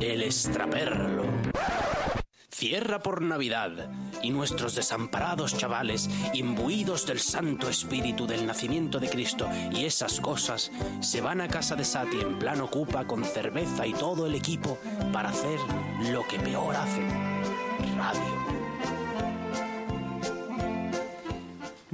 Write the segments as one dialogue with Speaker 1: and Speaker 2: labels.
Speaker 1: El extraperlo. Cierra por Navidad y nuestros desamparados chavales, imbuidos del Santo Espíritu del nacimiento de Cristo y esas cosas, se van a casa de Sati en plan ocupa con cerveza y todo el equipo para hacer lo que peor hacen, radio.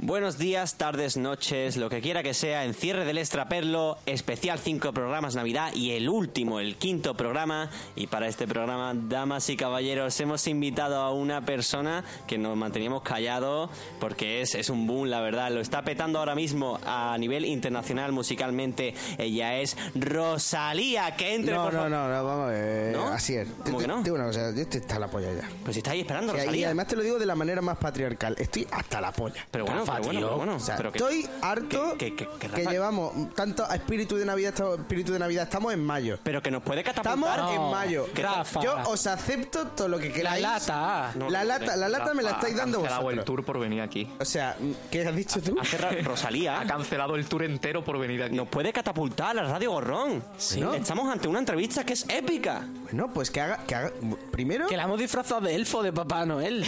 Speaker 2: Buenos días, tardes, noches, lo que quiera que sea, en cierre del Extraperlo, especial 5 programas Navidad y el último, el quinto programa. Y para este programa, damas y caballeros, hemos invitado a una persona que nos manteníamos callados porque es, es un boom, la verdad. Lo está petando ahora mismo a nivel internacional musicalmente. Ella es Rosalía, que entre
Speaker 3: No,
Speaker 2: por
Speaker 3: no,
Speaker 2: favor.
Speaker 3: no, no, vamos a ver.
Speaker 2: ¿No?
Speaker 3: Así es. Este
Speaker 2: ¿Cómo
Speaker 3: Te-
Speaker 2: que
Speaker 3: te-
Speaker 2: no?
Speaker 3: Te digo una cosa, yo estoy hasta este la polla ya.
Speaker 2: Pues si estáis esperando,
Speaker 3: Y ahí- Y
Speaker 2: Rosalía.
Speaker 3: además te lo digo de la manera más patriarcal. Estoy hasta la polla.
Speaker 2: Pero bueno,
Speaker 3: Rafa,
Speaker 2: pero bueno,
Speaker 3: tío.
Speaker 2: pero bueno,
Speaker 3: O sea,
Speaker 2: pero que-
Speaker 3: estoy harto
Speaker 2: que- que- que-
Speaker 3: que
Speaker 2: que Rafa-
Speaker 3: llevamos tanto a espíritu de Navidad, estamos- espíritu de Navidad, estamos en mayo.
Speaker 2: Pero que nos puede
Speaker 3: Estamos
Speaker 2: catapultar.
Speaker 3: en
Speaker 4: No,
Speaker 3: mayo.
Speaker 4: Rafa.
Speaker 3: Yo os acepto todo lo que
Speaker 4: La
Speaker 3: queráis.
Speaker 4: lata.
Speaker 2: No,
Speaker 3: la
Speaker 2: no,
Speaker 3: lata, la lata me la estáis dando
Speaker 5: Ha cancelado el
Speaker 3: vosotros.
Speaker 5: tour por venir aquí.
Speaker 3: O sea, ¿qué has dicho tú?
Speaker 2: Hace ra- Rosalía.
Speaker 5: Ha cancelado el tour entero por venir aquí.
Speaker 2: Nos puede catapultar a la Radio Gorrón.
Speaker 3: ¿no?
Speaker 2: Estamos ante una entrevista que es épica.
Speaker 3: Bueno, pues que haga, que haga. Primero.
Speaker 4: Que la hemos disfrazado de elfo de Papá Noel.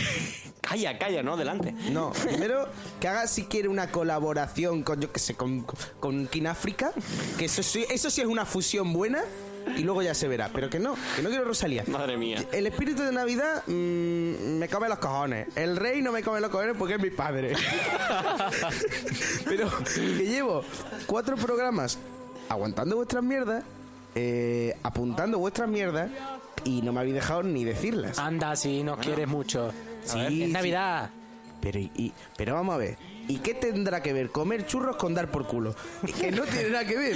Speaker 2: Calla, calla, no, adelante.
Speaker 3: No, primero que haga si quiere una colaboración con, yo que sé, con, con Kináfrica, que eso sí, eso sí es una fusión buena y luego ya se verá, pero que no, que no quiero Rosalía.
Speaker 2: Madre mía.
Speaker 3: El espíritu de Navidad mm, me come los cojones. El rey no me come los cojones porque es mi padre. Pero que llevo cuatro programas aguantando vuestras mierdas, eh, apuntando vuestras mierdas y no me habéis dejado ni decirlas.
Speaker 4: Anda, si nos quieres mucho.
Speaker 3: Sí,
Speaker 4: es
Speaker 3: sí.
Speaker 4: Navidad.
Speaker 3: Pero, y- y- pero vamos a ver. ¿Y qué tendrá que ver comer churros con dar por culo? Que no tiene nada que ver.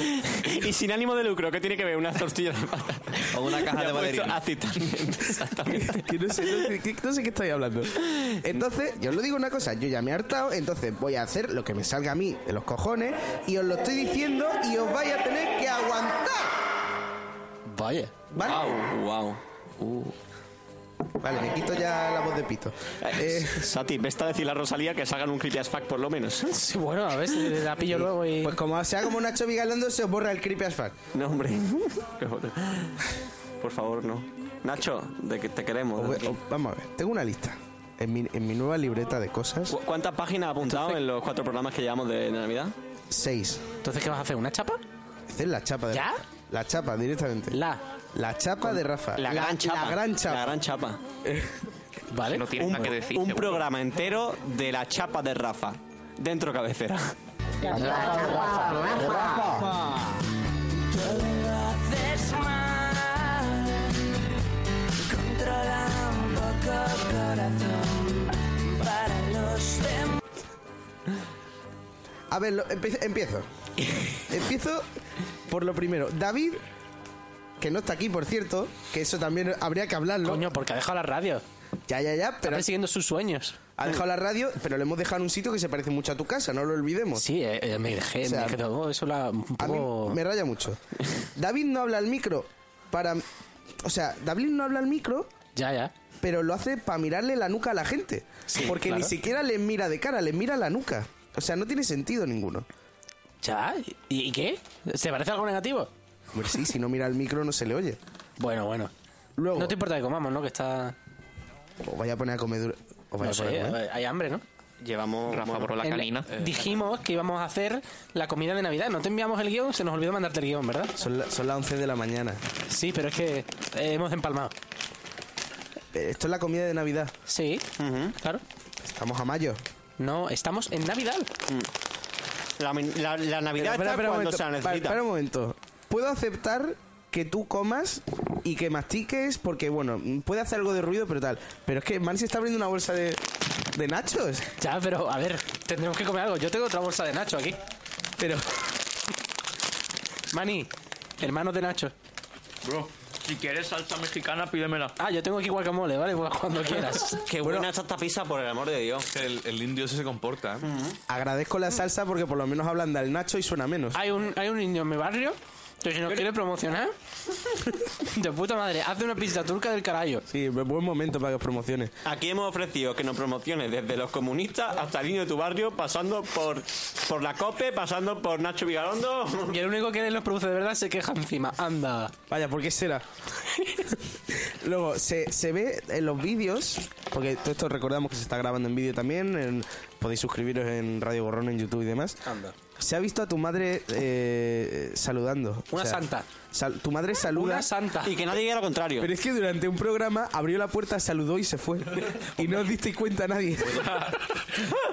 Speaker 2: Y sin ánimo de lucro, ¿qué tiene que ver? Unas tortillas de patata.
Speaker 6: O una caja
Speaker 2: Le
Speaker 6: de
Speaker 2: ha puesto
Speaker 6: balerina.
Speaker 4: Ah,
Speaker 2: ácido también, exactamente.
Speaker 3: Que no sé, no sé- que no sé qué estoy hablando. Entonces, yo os lo digo una cosa, yo ya me he hartado, entonces voy a hacer lo que me salga a mí de los cojones y os lo estoy diciendo y os vais a tener que aguantar.
Speaker 4: Vaya.
Speaker 3: ¿Vale?
Speaker 2: Wow.
Speaker 3: Vale, me quito ya la voz de pito. Eh,
Speaker 2: Sati, besta decirle a Rosalía que salgan un clip as fuck por lo menos.
Speaker 4: Sí, bueno, a ver si la pillo luego y...
Speaker 3: pues como sea como Nacho Vigalondo, se os borra el creepy as fuck.
Speaker 2: No, hombre. Qué joder. Por favor, no. Nacho, de que te queremos.
Speaker 3: Os voy- os- vamos a ver, tengo una lista en mi, en mi nueva libreta de cosas.
Speaker 2: ¿Cu- ¿Cuántas páginas ha apuntado en los cuatro programas que llevamos de Navidad?
Speaker 3: Seis.
Speaker 4: Entonces, ¿qué vas a hacer? ¿Una chapa?
Speaker 3: Esta es la chapa de
Speaker 4: ¿Ya?
Speaker 3: Rafa. La chapa, directamente.
Speaker 4: La.
Speaker 3: La chapa de Rafa.
Speaker 2: La, gran chapa.
Speaker 3: La gran chapa.
Speaker 2: La gran chapa.
Speaker 4: Vale.
Speaker 5: No tiene
Speaker 2: Un,
Speaker 5: nada que decir.
Speaker 2: un
Speaker 5: seguro.
Speaker 2: programa entero de la chapa de Rafa. Dentro cabecera.
Speaker 3: A ver, lo- empe- empiezo. empiezo por lo primero. David, que no está aquí, por cierto, que eso también habría que hablarlo.
Speaker 4: Coño, porque ha dejado la radio.
Speaker 3: Ya, ya, ya,
Speaker 4: Está
Speaker 3: pero
Speaker 4: persiguiendo sus sueños.
Speaker 3: ha dejado la radio, pero le hemos dejado en un sitio que se parece mucho a tu casa, no lo olvidemos.
Speaker 4: Sí, oh. eh, eh, me dejé,
Speaker 3: O sea,
Speaker 4: me dejé todo eso la, un
Speaker 3: A mí
Speaker 4: poco...
Speaker 3: me raya mucho. David no habla al micro para... O sea, David no habla al micro
Speaker 4: Ya, ya.
Speaker 3: pero lo hace para mirarle la nuca a la gente.
Speaker 4: Sí,
Speaker 3: porque
Speaker 4: claro.
Speaker 3: ni siquiera les mira de cara, les mira la nuca. O sea, no tiene sentido ninguno.
Speaker 4: ¿Ya? ¿Y, y qué? ¿Se parece algo negativo?
Speaker 3: Hombre, sí, si no mira el micro no se le oye.
Speaker 4: Bueno, bueno.
Speaker 3: Luego,
Speaker 4: No te importa que comamos, ¿no? Que está...
Speaker 3: os vaya a poner a comedura. Os vaya
Speaker 4: No
Speaker 3: a poner
Speaker 4: sé,
Speaker 3: a comer.
Speaker 4: hay hambre, ¿no?
Speaker 2: Llevamos.
Speaker 5: Rafa por la
Speaker 4: En-
Speaker 5: canina.
Speaker 4: dijimos que íbamos a hacer la comida de Navidad. No te enviamos el guión, se nos olvidó mandarte el guión, ¿verdad?
Speaker 3: Son, la- son las 11 de la mañana.
Speaker 4: Sí, pero es que eh, hemos empalmado.
Speaker 3: Eh, Esto es la comida de Navidad.
Speaker 4: Sí, claro.
Speaker 3: Estamos a mayo.
Speaker 4: No, estamos en Navidad.
Speaker 2: La, la- la Navidad está
Speaker 3: un
Speaker 2: cuando
Speaker 3: momento.
Speaker 2: se la
Speaker 3: Vale,
Speaker 2: necesita.
Speaker 3: espera un momento. ¿Puedo aceptar que tú comas y que mastiques? Porque, bueno, puede hacer algo de ruido, pero tal. Pero es que Mansi está abriendo una bolsa de, de nachos.
Speaker 4: Ya, pero a ver, tendremos que comer algo. Yo tengo otra bolsa de Nacho aquí.
Speaker 3: Pero.
Speaker 4: Mani, hermano de Nacho.
Speaker 5: Bro, si quieres salsa mexicana, pídemela.
Speaker 4: Ah, yo tengo aquí guacamole, ¿vale? Pues Cuando quieras.
Speaker 2: Qué buena está esta pizza, por el amor de Dios.
Speaker 6: El, el indio ese se comporta, ¿eh?
Speaker 3: Agradezco la salsa porque por lo menos ablanda el nacho y suena menos.
Speaker 4: Hay un, hay un indio en mi barrio que si nos quiere promocionar, de puta madre, hace una pizza turca del carajo.
Speaker 3: Sí, bu- buen momento para que os promocione.
Speaker 2: Aquí hemos ofrecido que nos promociones desde los comunistas hasta el niño de tu barrio, pasando por, por la COPE, pasando por Nacho Vigarondo.
Speaker 4: Y el único que los produce de verdad se queja encima. Anda.
Speaker 3: Vaya, ¿por qué será? Luego, se, se ve en los vídeos, porque todo esto recordamos que se está grabando en vídeo también, en- podéis suscribiros en Radio Borrón, en YouTube y demás.
Speaker 4: Anda.
Speaker 3: Se ha visto a tu madre eh, saludando.
Speaker 4: Una santa.
Speaker 3: sal- tu madre saluda.
Speaker 4: Una santa.
Speaker 2: Y que nadie diga lo contrario.
Speaker 3: Pero es que durante un programa abrió la puerta, saludó y se fue. y no os disteis cuenta a nadie.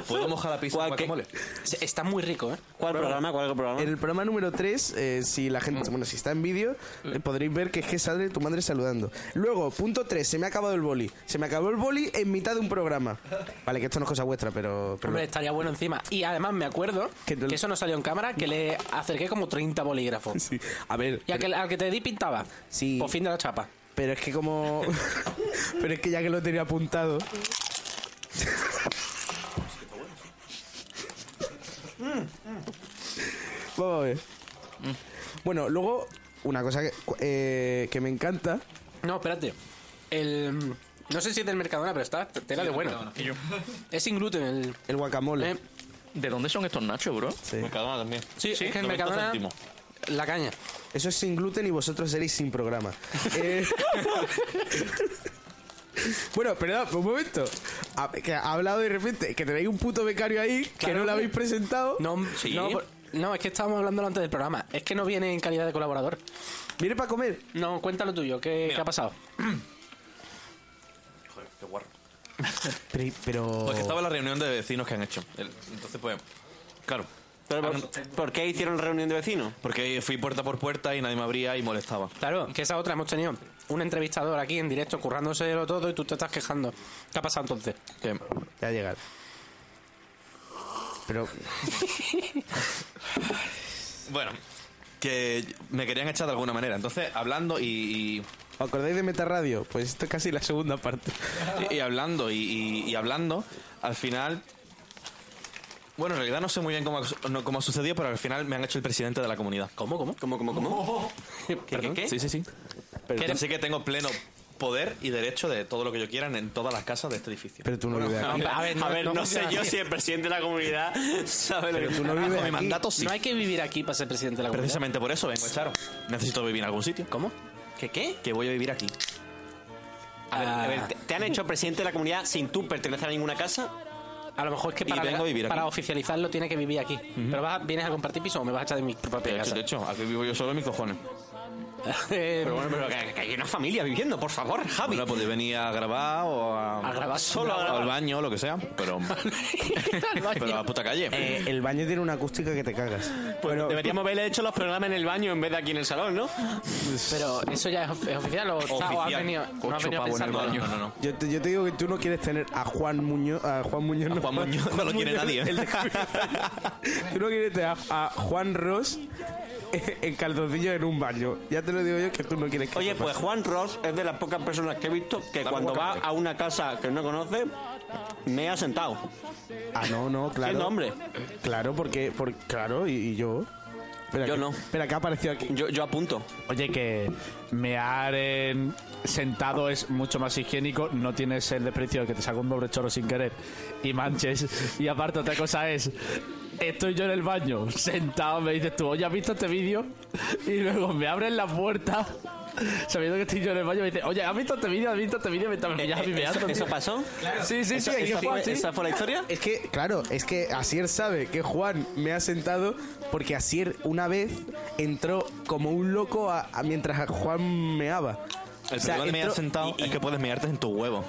Speaker 6: ¿Puedo mojar la pizza
Speaker 2: Guau,
Speaker 6: en
Speaker 2: que-
Speaker 6: guacamole?
Speaker 4: Se- Está muy rico, ¿eh?
Speaker 2: ¿Cuál programa? ¿Cuál
Speaker 3: En
Speaker 2: programa?
Speaker 3: el programa número 3, si la gente, bueno, si está en vídeo, eh, podréis ver que es que sale tu madre saludando. Luego, punto 3, se me ha acabado el boli. Se me acabó el boli en mitad de un programa. Vale, que esto no es cosa vuestra, pero... pero-
Speaker 4: Hombre, estaría bueno encima. Y además me acuerdo
Speaker 3: Que
Speaker 4: que,
Speaker 3: te-
Speaker 4: eso no salió en cámara, que le acerqué como 30 bolígrafos.
Speaker 3: Sí, a ver,
Speaker 4: Y aquel, al que te di pintaba.
Speaker 3: Sí.
Speaker 4: Por fin de la chapa.
Speaker 3: pero es que como... pero es que ya que lo tenía apuntado... Vamos a ver.
Speaker 4: Mm.
Speaker 3: Bueno, luego, una cosa que, eh, que me encanta...
Speaker 4: No, espérate. El. No sé si es del Mercadona, pero está tela de bueno.
Speaker 5: Y yo,
Speaker 4: Es sin gluten el.
Speaker 3: El guacamole.
Speaker 4: eh,
Speaker 5: ¿De dónde son estos nachos, bro?
Speaker 3: Sí.
Speaker 6: Mercadona también.
Speaker 4: sí, es que el
Speaker 6: 90
Speaker 4: Mercadona.
Speaker 6: céntimos.
Speaker 4: La caña.
Speaker 3: Eso es sin gluten y vosotros seréis sin programa. Eh, bueno, perdón, un momento. Ha, que ha hablado de repente que tenéis un puto becario ahí que
Speaker 4: Claro
Speaker 3: no lo
Speaker 4: que-
Speaker 3: habéis presentado.
Speaker 4: No, no, por- no, es que estábamos hablando antes del programa. Es que no viene en calidad de colaborador.
Speaker 3: Viene para comer.
Speaker 4: No, cuéntalo tuyo. ¿Qué, qué ha pasado?
Speaker 3: Pero. pero-
Speaker 6: Pues que estaba la reunión de vecinos que han hecho. El- Entonces, pues, claro.
Speaker 2: Pero por, por qué hicieron reunión de vecinos?
Speaker 6: Porque fui puerta por puerta y nadie me abría y molestaba.
Speaker 4: Claro, que esa otra hemos tenido un entrevistador aquí en directo currándoselo todo y tú te estás quejando. ¿Qué ha pasado entonces?
Speaker 6: Que-
Speaker 3: Ya va a llegar. Pero.
Speaker 6: bueno, que me querían echar de alguna manera. Entonces, hablando y,
Speaker 3: ¿Os acordáis de Meta Radio? Pues esto es casi la segunda parte.
Speaker 6: y- y hablando y, y- y hablando, al final... Bueno, en realidad no sé muy bien cómo, ha- no- cómo ha sucedido, pero al final me han hecho el presidente de la comunidad.
Speaker 4: ¿Cómo, cómo?
Speaker 2: ¿Cómo, cómo, cómo?
Speaker 4: ¿Qué, qué, qué?
Speaker 6: Sí, sí, sí.
Speaker 4: Que eres-
Speaker 6: Así que tengo pleno poder y derecho de todo lo que yo quiera en todas las casas de este edificio.
Speaker 3: Pero tú no vives aquí.
Speaker 4: A ver, no,
Speaker 2: A ver, no,
Speaker 4: no
Speaker 2: sé
Speaker 4: funciona
Speaker 2: yo
Speaker 4: así.
Speaker 2: si el presidente de la comunidad sabe lo que...
Speaker 3: Pero tú no
Speaker 6: Bajo
Speaker 3: vives
Speaker 6: mi
Speaker 3: aquí.
Speaker 6: mandato sí.
Speaker 4: No hay que vivir aquí para ser presidente de la comunidad.
Speaker 6: Precisamente por eso vengo a echaros. Necesito vivir en algún sitio.
Speaker 4: ¿Cómo? ¿Qué qué?
Speaker 6: Que voy a vivir aquí.
Speaker 2: A ver, a ver,
Speaker 4: Ah.
Speaker 2: ¿te, te han hecho presidente de la comunidad sin tú pertenecer a ninguna casa?
Speaker 4: A lo mejor es que para,
Speaker 6: vengo a vivir aquí.
Speaker 4: para oficializarlo tiene que vivir aquí. Pero vas, vienes a compartir piso o me vas a echar de mi propia
Speaker 6: De hecho,
Speaker 4: casa.
Speaker 6: de hecho, aquí vivo yo solo en mis cojones.
Speaker 4: Eh,
Speaker 2: Bueno, pero que, que hay una familia viviendo, por favor, Javi.
Speaker 6: Bueno, podéis venir a grabar o Ah, a,
Speaker 4: A grabar.
Speaker 6: solo
Speaker 4: A grabar.
Speaker 6: al baño, lo que sea, pero, pero a la puta calle.
Speaker 3: Eh, el baño tiene una acústica que te cagas. Pero-
Speaker 2: Deberíamos haberle hecho los programas en el baño en vez de aquí en el salón, ¿no?
Speaker 4: pero eso ya es, of- es oficial o, está- o
Speaker 6: Oficial.
Speaker 4: has venido, no has
Speaker 6: Ocho
Speaker 4: venido a
Speaker 6: pavos en el
Speaker 4: pensarlo.
Speaker 6: baño. No, no, no.
Speaker 3: Yo te, yo te digo que tú no quieres tener a Juan Muñoz. A Juan Muñoz no.
Speaker 6: Juan Muñoz no lo quiere nadie.
Speaker 3: el descubridor. tú no quieres tener a, a Juan Ross en calzoncillos en un baño. Ya te lo digo yo que tú no quieres que
Speaker 2: Oye,
Speaker 3: eso
Speaker 2: pues
Speaker 3: pase.
Speaker 2: Juan Ross es de las pocas personas que he visto que
Speaker 6: Dame
Speaker 2: cuando va
Speaker 6: guacamole.
Speaker 2: a una casa que no conoce, me ha sentado.
Speaker 3: Ah, no, no, claro.
Speaker 2: Siendo hombre.
Speaker 3: Claro, porque. por- claro, y, y yo. Espera,
Speaker 2: Yo
Speaker 3: que-
Speaker 2: no.
Speaker 3: Espera, que ha aparecido aquí.
Speaker 2: Yo, yo apunto.
Speaker 7: Oye, que mear en- sentado es mucho más higiénico, no tienes el desprecio de que te saca un doble chorro sin querer y manches. Y aparte, otra cosa es, estoy yo en el baño, sentado, me dices tú, oye, ¿has visto este vídeo? Y luego me abren la puerta, sabiendo que estoy yo en el baño, me dices, oye, ¿has visto este vídeo? ¿Has visto este vídeo? Me estás
Speaker 2: Eh, eh,
Speaker 7: meando.
Speaker 2: ¿Eso,
Speaker 7: tío.
Speaker 2: eso pasó?
Speaker 7: Sí, sí, sí,
Speaker 2: ¿Eso-
Speaker 7: es que
Speaker 2: esa,
Speaker 7: fue
Speaker 2: fue,
Speaker 7: así.
Speaker 2: esa fue la historia?
Speaker 3: Es que, claro, es que Asier sabe que Juan me ha sentado porque Asier una vez entró como un loco a, a- mientras a Juan meaba.
Speaker 6: El
Speaker 3: O
Speaker 6: problema
Speaker 3: sea,
Speaker 6: de me
Speaker 3: entró-
Speaker 6: haber sentado es que puedes mearte en tu huevo.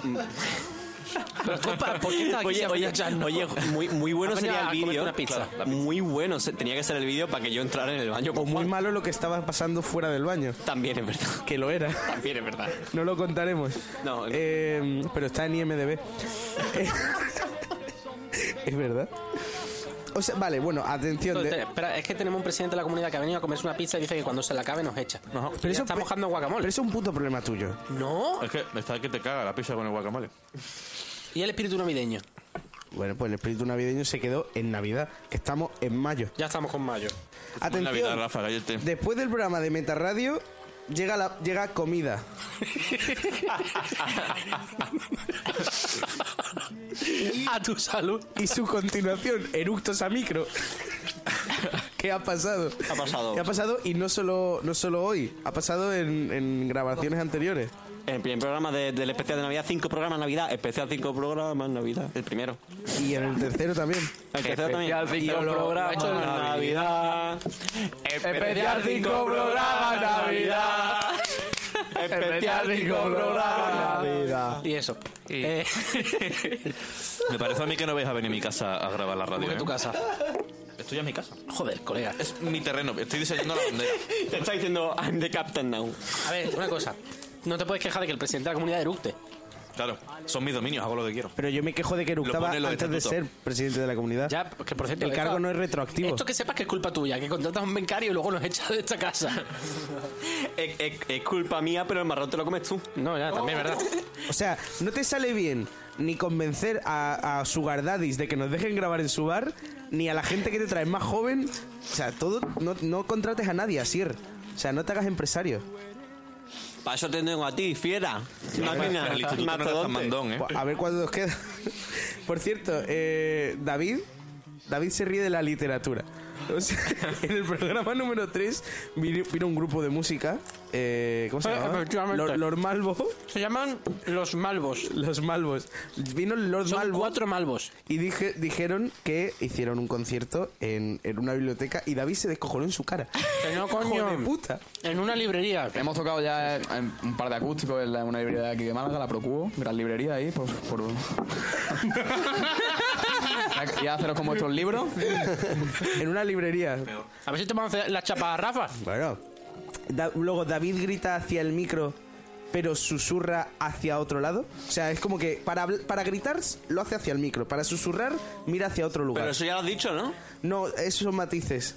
Speaker 4: Pero compa, ¿por qué estás aquí?
Speaker 2: Oye,
Speaker 4: si has
Speaker 2: oye,
Speaker 4: venido a echar- no?
Speaker 2: oye, muy, muy bueno
Speaker 4: Has venido
Speaker 2: sería
Speaker 4: a
Speaker 2: el
Speaker 4: comerte
Speaker 2: vídeo.
Speaker 4: una pizza.
Speaker 2: Claro, muy bueno se- tenía que ser el vídeo para que yo entrara en el baño con
Speaker 3: Muy
Speaker 2: Juan.
Speaker 3: malo lo que estaba pasando fuera del baño.
Speaker 2: También es verdad.
Speaker 3: Que lo era.
Speaker 2: También es verdad.
Speaker 3: No lo contaremos.
Speaker 2: No, no.
Speaker 3: Eh, pero está en IMDB. es verdad. O sea, vale, bueno, atención.
Speaker 4: Entonces,
Speaker 3: de-
Speaker 4: espera, es que tenemos un presidente de la comunidad que ha venido a comerse una pizza y dice que cuando se la acabe nos echa.
Speaker 6: No,
Speaker 4: pero
Speaker 3: eso-
Speaker 4: está mojando guacamole.
Speaker 3: Pero eso es un puto problema tuyo.
Speaker 4: No.
Speaker 6: Es que está que te caga la pizza con el guacamole.
Speaker 4: Y el espíritu navideño.
Speaker 3: Bueno, pues el espíritu navideño se quedó en Navidad, que estamos en mayo.
Speaker 4: Ya estamos con mayo.
Speaker 2: Pues
Speaker 3: Atención.
Speaker 6: Navidad, Rafa, cállate.
Speaker 3: Después del programa de Meta Radio llega la llega comida.
Speaker 4: A tu salud.
Speaker 3: Y su continuación, eructos a micro. ¿Qué ha pasado?
Speaker 2: ha pasado?
Speaker 3: ¿Qué ha pasado? Y no solo, no solo hoy, ha pasado en, en grabaciones anteriores.
Speaker 2: El primer programa de- del especial de Navidad, cinco programas Navidad, especial cinco programas Navidad, el primero.
Speaker 3: Y en el tercero también.
Speaker 2: El tercero también.
Speaker 4: cinco programas
Speaker 2: Navidad.
Speaker 7: Especial cinco programas Navidad. Especial cinco programas Navidad.
Speaker 4: Y eso. Eh,
Speaker 6: Me parece a mí que no vais a venir a mi casa a grabar la radio.
Speaker 4: en tu
Speaker 6: ¿eh?
Speaker 4: casa.
Speaker 6: Esto ya es mi casa.
Speaker 4: Joder, colega.
Speaker 6: Es mi terreno. Estoy diseñando la bandera.
Speaker 2: Te está diciendo, I'm the captain now.
Speaker 4: A ver, una cosa. No te puedes quejar de que el presidente de la comunidad eructe.
Speaker 6: Claro, son mis dominios, hago lo que quiero.
Speaker 3: Pero yo me quejo de que eructaba
Speaker 6: ponen los
Speaker 3: antes de ser
Speaker 6: estatutos.
Speaker 3: presidente de la comunidad.
Speaker 4: Ya, que por cierto.
Speaker 3: El
Speaker 4: esto-
Speaker 3: cargo no es retroactivo.
Speaker 4: Esto que sepas que es culpa tuya, que contratas a un becario y luego nos echas de esta casa.
Speaker 2: Es, es- es culpa mía, pero el marrón te lo comes tú.
Speaker 4: No, ya, también,
Speaker 3: Oh.
Speaker 4: ¿verdad?
Speaker 3: O sea, no te sale bien ni convencer a, a Sugar Daddies de que nos dejen grabar en su bar, ni a la gente que te trae más joven. O sea, todo. No, no contrates a nadie, Asier. O sea, no te hagas empresario.
Speaker 2: Para eso te tengo a ti, fiera. Máquina,
Speaker 6: Pero el instituto no era tan
Speaker 2: mastodonte.
Speaker 6: mandón, ¿eh?
Speaker 3: Buah, A ver cuándo nos queda. Por cierto, eh, David. David se ríe de la literatura. O sea, en el programa número 3 vino, vino un grupo de música. eh, ¿Cómo se
Speaker 4: Eh,
Speaker 3: llama?
Speaker 4: efectivamente.
Speaker 3: Lord, Lord Malvo.
Speaker 4: Se llaman los malvos.
Speaker 3: Los Malvos. Vino Lord
Speaker 4: Son
Speaker 3: Malvo.
Speaker 4: cuatro malvos.
Speaker 3: Y dije- dijeron que hicieron un concierto en, en una biblioteca y David se descojonó en su cara.
Speaker 4: Que no,
Speaker 3: ¡Hijo de
Speaker 4: coño.
Speaker 3: puta!
Speaker 4: En una librería.
Speaker 8: Hemos tocado ya eh, un par de acústicos en la- una librería de aquí de Málaga, la Procubo, gran librería ahí, por... por... Ya- ya haceros con vuestros libros.
Speaker 3: En una librería.
Speaker 4: A ver si te vamos a hacer la chapa a Rafa.
Speaker 3: Bueno. Da- luego David grita hacia el micro, pero susurra hacia otro lado. O sea, es como que para, habl- para gritar lo hace hacia el micro, para susurrar mira hacia otro lugar.
Speaker 2: Pero eso ya lo has dicho, ¿no?
Speaker 3: No, esos son matices.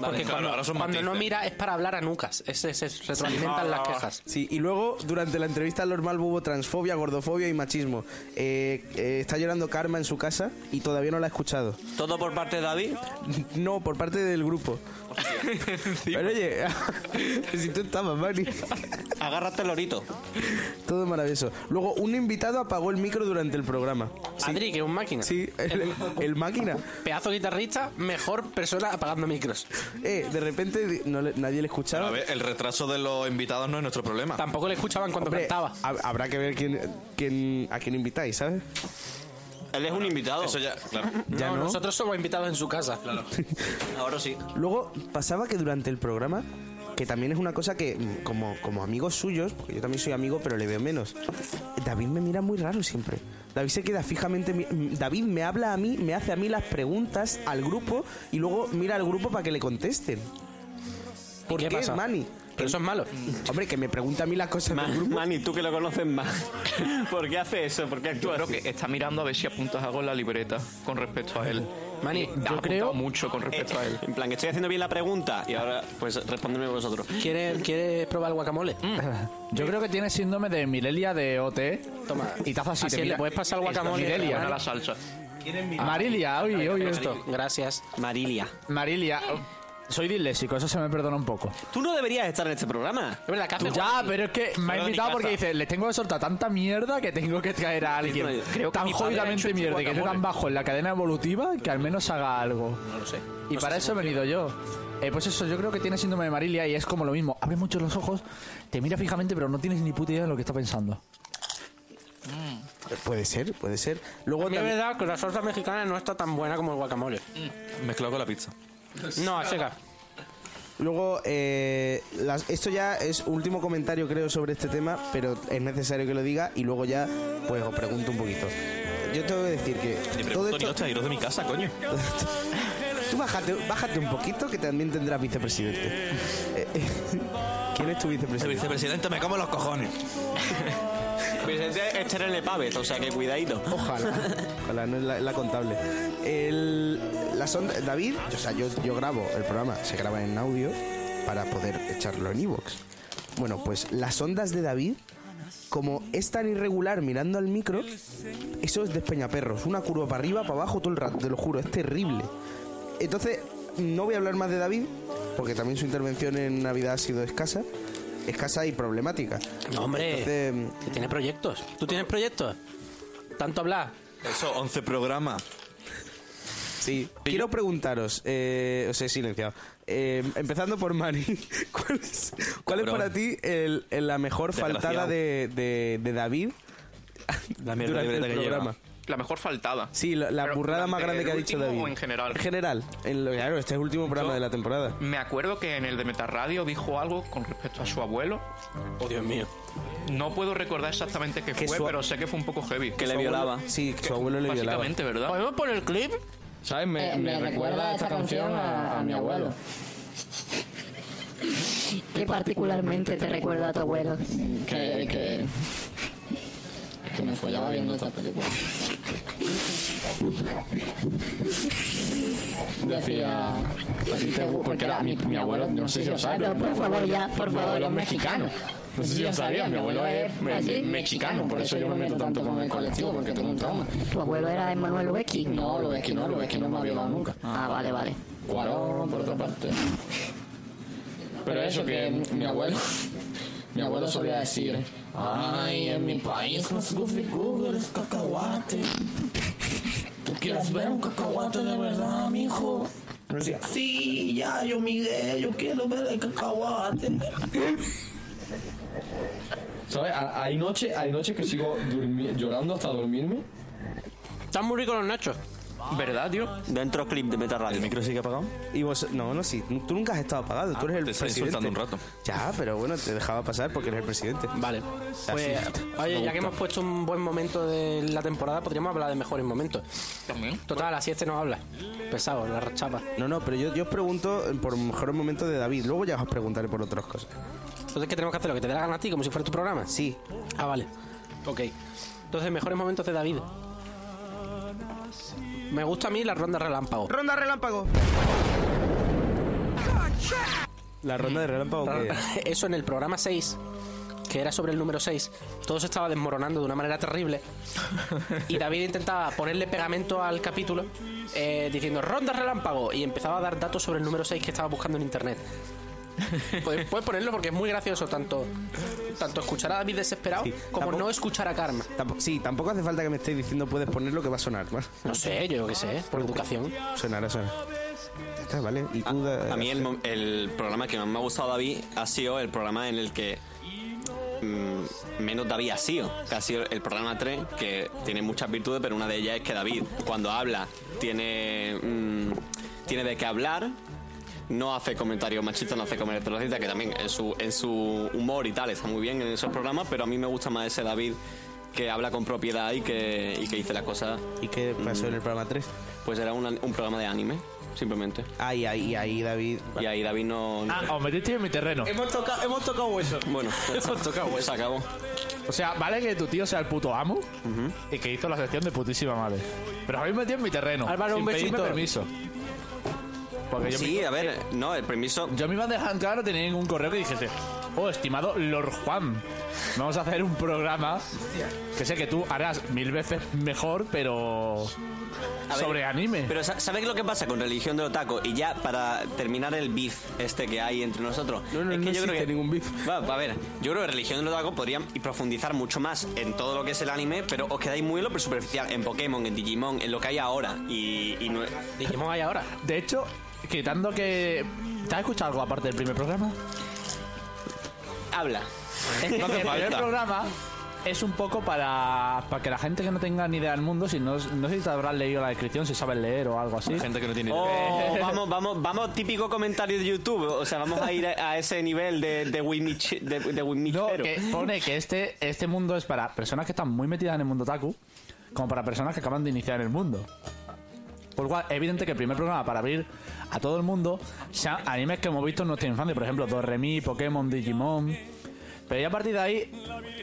Speaker 4: Porque
Speaker 6: claro,
Speaker 4: cuando,
Speaker 6: ahora son
Speaker 4: cuando
Speaker 6: matices.
Speaker 4: no mira es para hablar a nucas. Ese se retroalimentan las quejas.
Speaker 3: Sí, y luego durante la entrevista al normal hubo transfobia, gordofobia y machismo. Eh, eh, está llorando Karma en su casa y todavía no la ha escuchado.
Speaker 2: Todo por parte de David.
Speaker 3: No, por parte del grupo. Pero oye, si tú estabas, Mani.
Speaker 2: Agárrate el lorito.
Speaker 3: Todo maravilloso. Luego, un invitado apagó el micro durante el programa.
Speaker 4: Adri, que es un
Speaker 2: Ah.
Speaker 4: máquina.
Speaker 3: Sí, el, el máquina.
Speaker 4: Pedazo de guitarrista, mejor persona apagando micros.
Speaker 3: Eh, de repente di- no le- nadie le
Speaker 6: Pero
Speaker 3: escuchaba.
Speaker 6: a ver, el retraso de los invitados no es nuestro problema.
Speaker 4: Tampoco le escuchaban cuando
Speaker 3: Hombre,
Speaker 4: cantaba.
Speaker 3: ha- habrá que ver quién, quién, a quién invitáis, ¿sabes?
Speaker 2: Él es un invitado.
Speaker 6: Eso ya, claro.
Speaker 3: ya no.
Speaker 4: Nosotros somos invitados en su casa.
Speaker 2: Ahora sí.
Speaker 3: Luego pasaba que durante el programa, que también es una cosa que mm, como, como amigos suyos, porque yo también soy amigo pero le veo menos, David me mira muy raro siempre. David se queda fijamente, mi- mm, David me habla a mí, me hace a mí las preguntas al grupo y luego mira al grupo para que le contesten.
Speaker 4: ¿Por qué,
Speaker 3: ¿Qué,
Speaker 4: pasa?
Speaker 3: Manny?
Speaker 4: Pero eso es malo.
Speaker 3: Hombre, que me pregunta a mí las cosas del grupo.
Speaker 2: Manny, tú que lo conoces más. ¿Por qué hace eso? ¿Por qué actúa
Speaker 5: Creo
Speaker 2: así?
Speaker 5: que está mirando a ver si apuntas algo en la libreta con respecto a él.
Speaker 4: Mani,
Speaker 5: Ha
Speaker 4: yo
Speaker 5: apuntado
Speaker 4: creo.
Speaker 5: mucho con respecto a él.
Speaker 2: En plan, que estoy haciendo bien la pregunta y ahora, pues, respóndeme vosotros.
Speaker 4: ¿Quieres, quieres probar el guacamole?
Speaker 7: Yo creo que tiene síndrome de Mirelia de OT.
Speaker 4: Toma.
Speaker 7: Y te hace así,
Speaker 4: Así
Speaker 7: te
Speaker 4: le
Speaker 7: mira.
Speaker 4: puedes pasar el guacamole.
Speaker 7: Esta es Mirelia.
Speaker 3: Eh,
Speaker 5: Gana
Speaker 4: Mani.
Speaker 5: la salsa.
Speaker 7: Marilia, oye, oye esto.
Speaker 4: Esto, gracias.
Speaker 2: Marilia.
Speaker 7: Marilia. Soy disléxico, eso se me perdona un poco.
Speaker 2: Tú no deberías estar en este programa.
Speaker 4: Es verdad, que hace
Speaker 7: Ya, pero es que me ha
Speaker 6: Fuera de mi
Speaker 7: invitado
Speaker 6: casa.
Speaker 7: porque dice, le tengo que soltar tanta mierda que tengo que traer a alguien
Speaker 2: Creo
Speaker 7: tan jodidamente mierda y que esté tan bajo en la cadena evolutiva que al menos haga algo. No lo sé. Y para eso he venido yo. Eh, pues eso, yo creo que tiene síndrome de Marilia y es como lo mismo. Abre mucho los ojos, te mira fijamente, pero no tienes ni puta idea de lo que está pensando.
Speaker 3: Puede ser, puede ser. Luego
Speaker 4: A mí es
Speaker 3: también-
Speaker 4: verdad que la salsa mexicana no está tan buena como el guacamole.
Speaker 6: Mezclado con la pizza.
Speaker 4: No, a seca.
Speaker 3: Luego, eh, las- esto ya es último comentario, creo, sobre este tema, pero es necesario que lo diga y luego ya, pues os pregunto un poquito. Yo tengo que decir que
Speaker 6: Te
Speaker 3: todo
Speaker 6: pregunto, ni
Speaker 3: esto.
Speaker 6: hostia, iros de mi casa, coño.
Speaker 3: Tú bájate, bájate un poquito que también tendrás vicepresidente. Eh, eh, ¿Quién es tu
Speaker 6: El
Speaker 3: vicepresidente?
Speaker 6: vicepresidente me como los cojones.
Speaker 2: Vicente es Terene Pávez, o sea que cuidadito.
Speaker 3: Ojalá. Ojalá, no es la, la contable. El, la sonda- David, o sea, yo, yo grabo el programa, se graba en audio para poder echarlo en Evox. Bueno, pues las ondas de David, como es tan irregular mirando al micro, eso es despeñaperros. Una curva para arriba, para abajo todo el rato, te lo juro, es terrible. Entonces, no voy a hablar más de David, porque también su intervención en Navidad ha sido escasa. Escasa y problemática.
Speaker 1: No, hombre,
Speaker 3: Entonces,
Speaker 1: que tiene proyectos. ¿Tú tienes proyectos? Tanto hablar.
Speaker 6: Eso, 11 programas.
Speaker 3: Sí. Quiero preguntaros, eh, os he silenciado. Eh, empezando por Mari, ¿cuál es, cuál es
Speaker 6: Cabrón.
Speaker 3: para ti el- el- la mejor faltada
Speaker 6: Desgraciado.
Speaker 3: de, de- de David
Speaker 6: La mierda de
Speaker 3: durante el
Speaker 6: libreta que
Speaker 3: programa?
Speaker 6: lleva.
Speaker 5: La mejor faltada.
Speaker 3: Sí, la, la
Speaker 5: Pero
Speaker 3: burrada más grande
Speaker 5: durante el
Speaker 3: que ha dicho
Speaker 5: último
Speaker 3: David.
Speaker 5: o en general?
Speaker 3: En general. En lo- claro, este es el último programa
Speaker 5: Yo-
Speaker 3: de la temporada.
Speaker 5: Me acuerdo que en el de Metarradio dijo algo con respecto a su abuelo.
Speaker 1: Oh, Dios mío.
Speaker 5: No puedo recordar exactamente qué
Speaker 3: Que
Speaker 5: fue,
Speaker 3: su-
Speaker 5: pero sé que fue un poco heavy.
Speaker 2: Que le violaba.
Speaker 3: Sí, que su abuelo le violaba.
Speaker 5: Ah. Básicamente, ¿verdad?
Speaker 4: ¿Podemos poner el clip?
Speaker 8: ¿Sabes? Me,
Speaker 9: Eh,
Speaker 8: me recuerda esta canción a, a mi abuelo.
Speaker 9: ¿Qué particularmente te recuerda a tu abuelo?
Speaker 8: Que, que, que me follaba viendo esta película. Decía, "Así te gu-", porque era mi, mi abuelo, no sé si lo sabes,
Speaker 9: No,
Speaker 8: pero
Speaker 9: por favor, ya, por
Speaker 8: mi
Speaker 9: favor,
Speaker 8: abuelo es
Speaker 9: un
Speaker 8: mexicano. No sé si lo sabías, mi abuelo es me-
Speaker 9: ¿Ah, sí?
Speaker 8: me- mexicano, por eso yo me meto tanto con el colectivo, porque tengo un trauma.
Speaker 9: Tu abuelo era de Manuel Becky.
Speaker 8: No, lo es que no, lo es que no me ha violado nunca.
Speaker 9: Ah, vale, vale.
Speaker 8: Cuarón, por otra parte. Pero eso que mi abuelo, mi abuelo solía decir, ay, en mi país los goofy es cacahuate. ¿Tú quieres ver un cacahuate de verdad, mijo? Yo decía, sí, ya, yo Miguel, yo quiero ver el cacahuate. ¿Sabes? A- Hay noches hay noche que sigo durmi- llorando hasta dormirme.
Speaker 4: Están muy ricos los nachos.
Speaker 5: ¿Verdad, tío?
Speaker 2: Dentro clip de Meta Radio.
Speaker 6: ¿El micro sigue apagado? Ah,
Speaker 3: Y vos, no, no, sí, tú nunca has estado apagado, tú eres el
Speaker 6: te está
Speaker 3: presidente.
Speaker 6: insultando un rato.
Speaker 3: Ya, pero bueno, te dejaba pasar porque eres el presidente.
Speaker 1: Vale.
Speaker 3: Así.
Speaker 4: Pues, oye, ya que hemos puesto un buen momento de la temporada, podríamos hablar de mejores momentos.
Speaker 5: También.
Speaker 4: Total, así este nos habla. Pesado, la chapa.
Speaker 3: No, no, pero yo, yo os pregunto por mejores momentos de David, luego ya os preguntaré por otras cosas.
Speaker 4: Entonces, ¿qué tenemos que hacer? ¿Lo que te dé la gana a ti, como si fuera tu programa?
Speaker 3: Sí,
Speaker 4: Ah, vale. Ok. Entonces, mejores momentos de David. Me gusta a mí la ronda relámpago.
Speaker 3: Ronda relámpago. La ronda de relámpago que
Speaker 4: Ah, Eso en el programa 6, que era sobre el número 6, todo se estaba desmoronando de una manera terrible. Y David intentaba ponerle pegamento al capítulo eh, diciendo ronda relámpago y empezaba a dar datos sobre el número 6 que estaba buscando en internet. Puedes, puedes ponerlo porque es muy gracioso tanto, tanto escuchar a David desesperado
Speaker 3: Sí,
Speaker 4: como
Speaker 3: tampoco-
Speaker 4: no escuchar a Karma.
Speaker 3: Tampo- sí, tampoco hace falta que me estéis diciendo puedes poner lo que va a sonar. Bueno,
Speaker 4: No sé, yo qué sé, por educación.
Speaker 3: sonará, sonará. Ya está, vale. Y tú, da-
Speaker 2: A mí el, mo- el programa que más me ha gustado David ha sido el programa en el que mm, menos David ha sido. Que ha sido el programa 3, que tiene muchas virtudes, pero una de ellas es que David, cuando habla, tiene, mm, tiene de qué hablar. No hace comentarios machistas, no hace comentarios racistas, que también en su, en su humor y tal está muy bien en esos programas, pero a mí me gusta más ese David que habla con propiedad y que, y que dice las cosas.
Speaker 3: ¿Y qué pasó en el programa 3?
Speaker 2: Pues era un, un programa de anime, simplemente.
Speaker 3: Ay, ay, ay, David.
Speaker 2: Y ahí David no... no-
Speaker 7: Ah, os metisteis en mi terreno.
Speaker 3: Hemos tocado, hemos tocado eso.
Speaker 2: Bueno, ya está. se acabó.
Speaker 7: O sea, vale que tu tío sea el puto amo y que hizo la sección de putísima madre. Pero habéis metido en mi terreno.
Speaker 4: Álvaro,
Speaker 7: sin
Speaker 4: un
Speaker 7: pedirme
Speaker 4: besito.
Speaker 7: permiso. Porque yo,
Speaker 2: Sí, a ver, no, el permiso.
Speaker 7: me, yo me iba a dejar claro, no tenía ningún correo que dijese, oh, estimado Lord Juan, vamos a hacer un programa que sé que tú harás mil veces mejor, pero
Speaker 2: A ver,
Speaker 7: sobre anime.
Speaker 2: Pero sa- ¿sabes lo que pasa con religión de otaku? Y ya para terminar el beef este que hay entre nosotros.
Speaker 3: No, no,
Speaker 2: es que
Speaker 3: no
Speaker 2: yo creo
Speaker 3: existe
Speaker 2: que
Speaker 3: ningún beef.
Speaker 2: Va, a ver, yo creo que religión del otaku podría y profundizar mucho más en todo lo que es el anime, pero os quedáis muy en lo superficial, en Pokémon, en Digimon, en lo que hay ahora. Y, y no-
Speaker 4: Digimon hay ahora.
Speaker 7: De hecho, quitando que... ¿Te has escuchado algo aparte del primer programa?
Speaker 2: habla.
Speaker 7: No el primer programa es un poco para, para que la gente que no tenga ni idea del mundo, si no, no sé si te habrán leído la descripción, si sabes leer o algo así.
Speaker 6: Gente que no tiene idea.
Speaker 2: Oh, vamos, vamos, vamos, típico comentario de YouTube. O sea, vamos a ir a, a ese nivel de, de, Wimich- de, de
Speaker 7: No,
Speaker 2: Wimichero.
Speaker 7: que pone que este, este mundo es para personas que están muy metidas en el mundo otaku, como para personas que acaban de iniciar en el mundo. Por lo cual, es evidente que el primer programa para abrir a todo el mundo sean animes que hemos visto en nuestra infancia, por ejemplo, Doremi, Pokémon, Digimon. Pero ya a partir de ahí,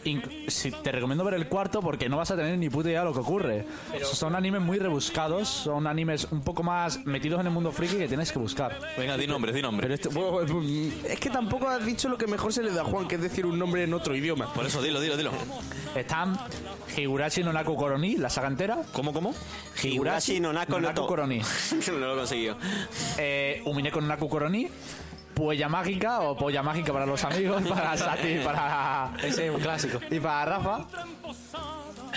Speaker 7: inc- si te recomiendo ver el cuarto porque no vas a tener ni puta idea de lo que ocurre. son animes muy rebuscados, son animes un poco más metidos en el mundo friki que tienes que buscar.
Speaker 6: Venga, di nombres, di nombres.
Speaker 3: Pero este- bueno, bueno, es que tampoco has dicho lo que mejor se le da a Juan, que es decir un nombre en otro idioma.
Speaker 6: Por eso, dilo, dilo, dilo.
Speaker 7: Están Higurashi no Naku Koroni, la saga entera.
Speaker 6: ¿Cómo, cómo?
Speaker 2: Higurashi no Nako no to.
Speaker 7: Koroni.
Speaker 2: no lo he conseguido.
Speaker 7: eh, Umineko Naku Koroni, Polla Mágica o Polla Mágica para los amigos, para Sati, para. Ese es un clásico. Y para Rafa.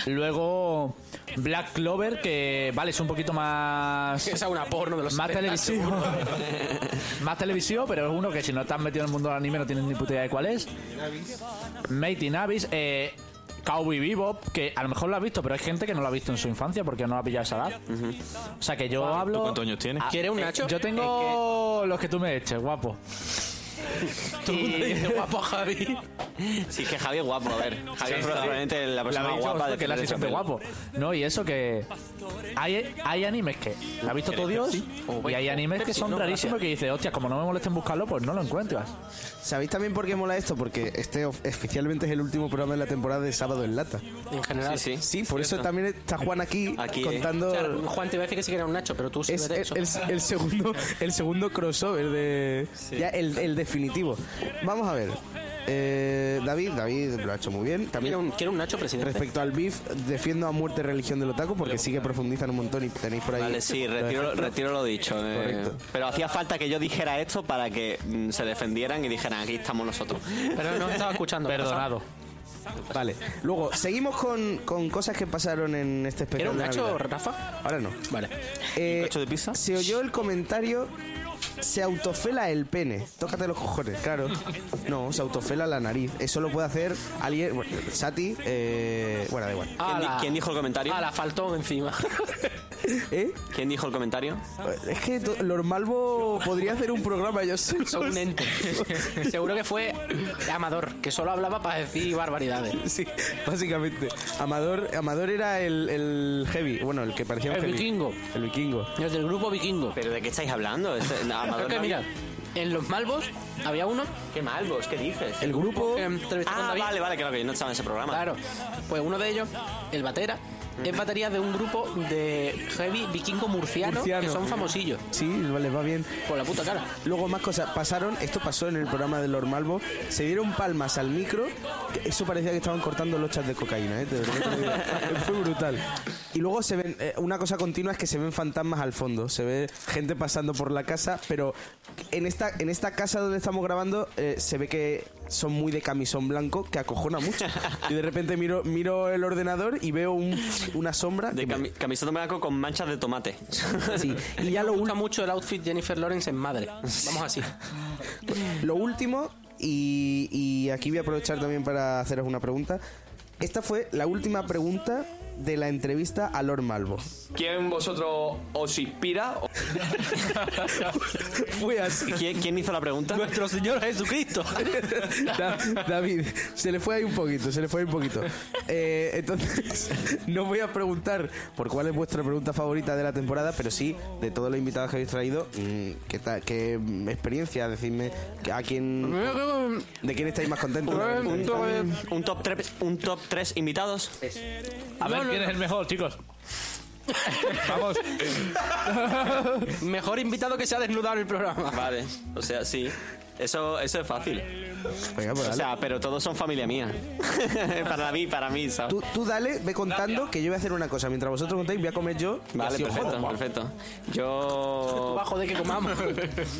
Speaker 7: Luego, Black Clover, que vale, es un poquito más.
Speaker 4: Esa es una porno de los
Speaker 7: Más
Speaker 4: 70,
Speaker 7: televisivo. más televisivo, pero es uno que si no estás metido en el mundo del anime no tienes ni puta idea de cuál es. Mate in Abyss, eh, Cowboy Bebop, que a lo mejor lo has visto, pero hay gente que no lo ha visto en su infancia porque no ha pillado esa edad. O sea que yo hablo.
Speaker 6: cuántos años tienes?
Speaker 4: ¿Quieres un
Speaker 7: eh,
Speaker 4: nacho?
Speaker 7: Yo tengo los que tú me eches, guapo.
Speaker 4: Dice, guapo Javi.
Speaker 2: Sí, es que Javi es guapo, a ver. Javi es
Speaker 7: sí.
Speaker 2: probablemente la persona más guapa de
Speaker 7: que la
Speaker 2: de
Speaker 7: has
Speaker 2: Chapel.
Speaker 7: guapo. No, y eso que hay, hay animes que la ha visto todo Dios y hay animes que son rarísimos que dices, hostia, como no me molesten buscarlo, pues no lo encuentras.
Speaker 3: ¿Sabéis también por qué mola esto? Porque este of- oficialmente es el último programa de la temporada de Sábado en Lata.
Speaker 4: En general.
Speaker 2: Sí, sí.
Speaker 3: Sí, por eso también está Juan aquí,
Speaker 2: Aquí,
Speaker 4: O
Speaker 2: eh.
Speaker 3: contando...
Speaker 4: sea, Juan te iba a decir que sí que era un Nacho, pero tú sí
Speaker 3: Es
Speaker 4: vete
Speaker 3: el,
Speaker 4: eso.
Speaker 3: el- el segundo, el segundo crossover de. Ya, el, el definitivo. Vamos a ver. Eh, David, David lo ha hecho muy bien.
Speaker 4: ¿Quiere
Speaker 3: También
Speaker 4: un, quiere un Nacho presidente?
Speaker 3: respecto al BIF, defiendo a muerte religión del otaku porque sí que profundizan un montón y tenéis por ahí.
Speaker 2: Vale, sí,
Speaker 3: los
Speaker 2: retiro,
Speaker 3: ejemplos.
Speaker 2: retiro lo dicho. eh.
Speaker 3: Correcto.
Speaker 2: Pero hacía falta que yo dijera esto para que mm, se defendieran y dijeran, aquí estamos nosotros.
Speaker 4: Pero no estaba escuchando. ¿qué ha pasado?
Speaker 7: Perdonado.
Speaker 3: Vale. Luego, seguimos con, con cosas que pasaron en este
Speaker 4: ¿Era
Speaker 3: espectáculo.
Speaker 4: un
Speaker 3: de
Speaker 4: Nacho,
Speaker 3: Navidad.
Speaker 4: Rafa?
Speaker 3: Ahora no.
Speaker 4: Vale.
Speaker 3: Eh,
Speaker 6: ¿Un cacho de pizza?
Speaker 3: Se oyó el comentario. Se autofela el pene. Tócate los cojones, claro. No, se autofela la nariz. Eso lo puede hacer alguien. Bueno, Sati. eh, bueno, da igual.
Speaker 2: ¿Quién, di-
Speaker 4: Ala.
Speaker 2: quién dijo el comentario?
Speaker 4: Ah, la faltó encima.
Speaker 3: ¿Eh?
Speaker 2: ¿Quién dijo el comentario?
Speaker 3: Es que to- Lord Malvo podría hacer un programa yo solo.
Speaker 4: Son un ente. Seguro que fue Amador, que solo hablaba para decir barbaridades.
Speaker 3: Sí, básicamente. Amador, Amador era el, el heavy. Bueno, el que parecía un
Speaker 4: El
Speaker 3: heavy.
Speaker 4: vikingo.
Speaker 3: El vikingo.
Speaker 4: Los del grupo vikingo.
Speaker 2: ¿Pero de qué estáis hablando? Es-
Speaker 4: Creo
Speaker 2: Amador
Speaker 4: que,
Speaker 2: no-
Speaker 4: mira, en los Malvos había uno
Speaker 2: Qué mal vos, ¿qué dices?
Speaker 3: El grupo.
Speaker 4: que entrevistó con
Speaker 2: Ah,
Speaker 4: David.
Speaker 2: vale, vale, claro que yo no estaba en ese programa.
Speaker 4: Claro. Pues uno de ellos, el Batera, es batería de un grupo de heavy vikingo murciano,
Speaker 3: Murciano.
Speaker 4: que son famosillos.
Speaker 3: Sí, vale, va bien.
Speaker 4: Por la puta cara.
Speaker 3: Luego más cosas pasaron, esto pasó en el programa de Lord Malvo, se dieron palmas al micro, que eso parecía que estaban cortando lochas de cocaína, ¿eh? De verdad te digo. fue brutal. Y luego se ven, eh, una cosa continua es que se ven fantasmas al fondo, se ve gente pasando por la casa, pero en esta, en esta casa donde estamos grabando eh, se ve que son muy de camisón blanco, que acojona mucho. Y de repente miro, miro el ordenador y veo un- una sombra.
Speaker 2: De
Speaker 3: que me-
Speaker 2: cami- camiseta blanco con manchas de tomate.
Speaker 3: sí. Y ya lo
Speaker 4: Me gusta mucho el outfit Jennifer Lawrence en madre. Vamos así.
Speaker 3: Lo último, y, y aquí voy a aprovechar también para haceros una pregunta. Esta fue la última pregunta de la entrevista a Lord Malvo.
Speaker 10: ¿Quién vosotros os inspira?
Speaker 3: Fue así.
Speaker 2: ¿Quién, quién hizo la pregunta?
Speaker 4: Nuestro Señor Jesucristo.
Speaker 3: Da- David, se le fue ahí un poquito, se le fue ahí un poquito. Eh, entonces, no voy a preguntar por cuál es vuestra pregunta favorita de la temporada, pero sí, de todos los invitados que habéis traído, mm, ¿qué, tal- qué mm, experiencia? Decidme a quién, de quién estáis más contentos. pues,
Speaker 2: Un eh, top, un top tres- un top 3 invitados.
Speaker 7: A ver quién es el mejor, chicos. Vamos.
Speaker 4: Mejor invitado que se ha desnudado en el programa.
Speaker 2: Vale, o sea, sí. Eso, eso es fácil.
Speaker 3: Venga, pues
Speaker 2: O
Speaker 3: dale.
Speaker 2: sea, pero todos son familia mía. para mí, para mí, ¿sabes?
Speaker 3: Tú, tú dale, ve contando que yo voy a hacer una cosa. Mientras vosotros contáis, voy a comer yo. y
Speaker 2: Vale,
Speaker 3: así os
Speaker 2: perfecto,
Speaker 3: jodo.
Speaker 2: perfecto. Yo,
Speaker 4: Bajo de que comamos.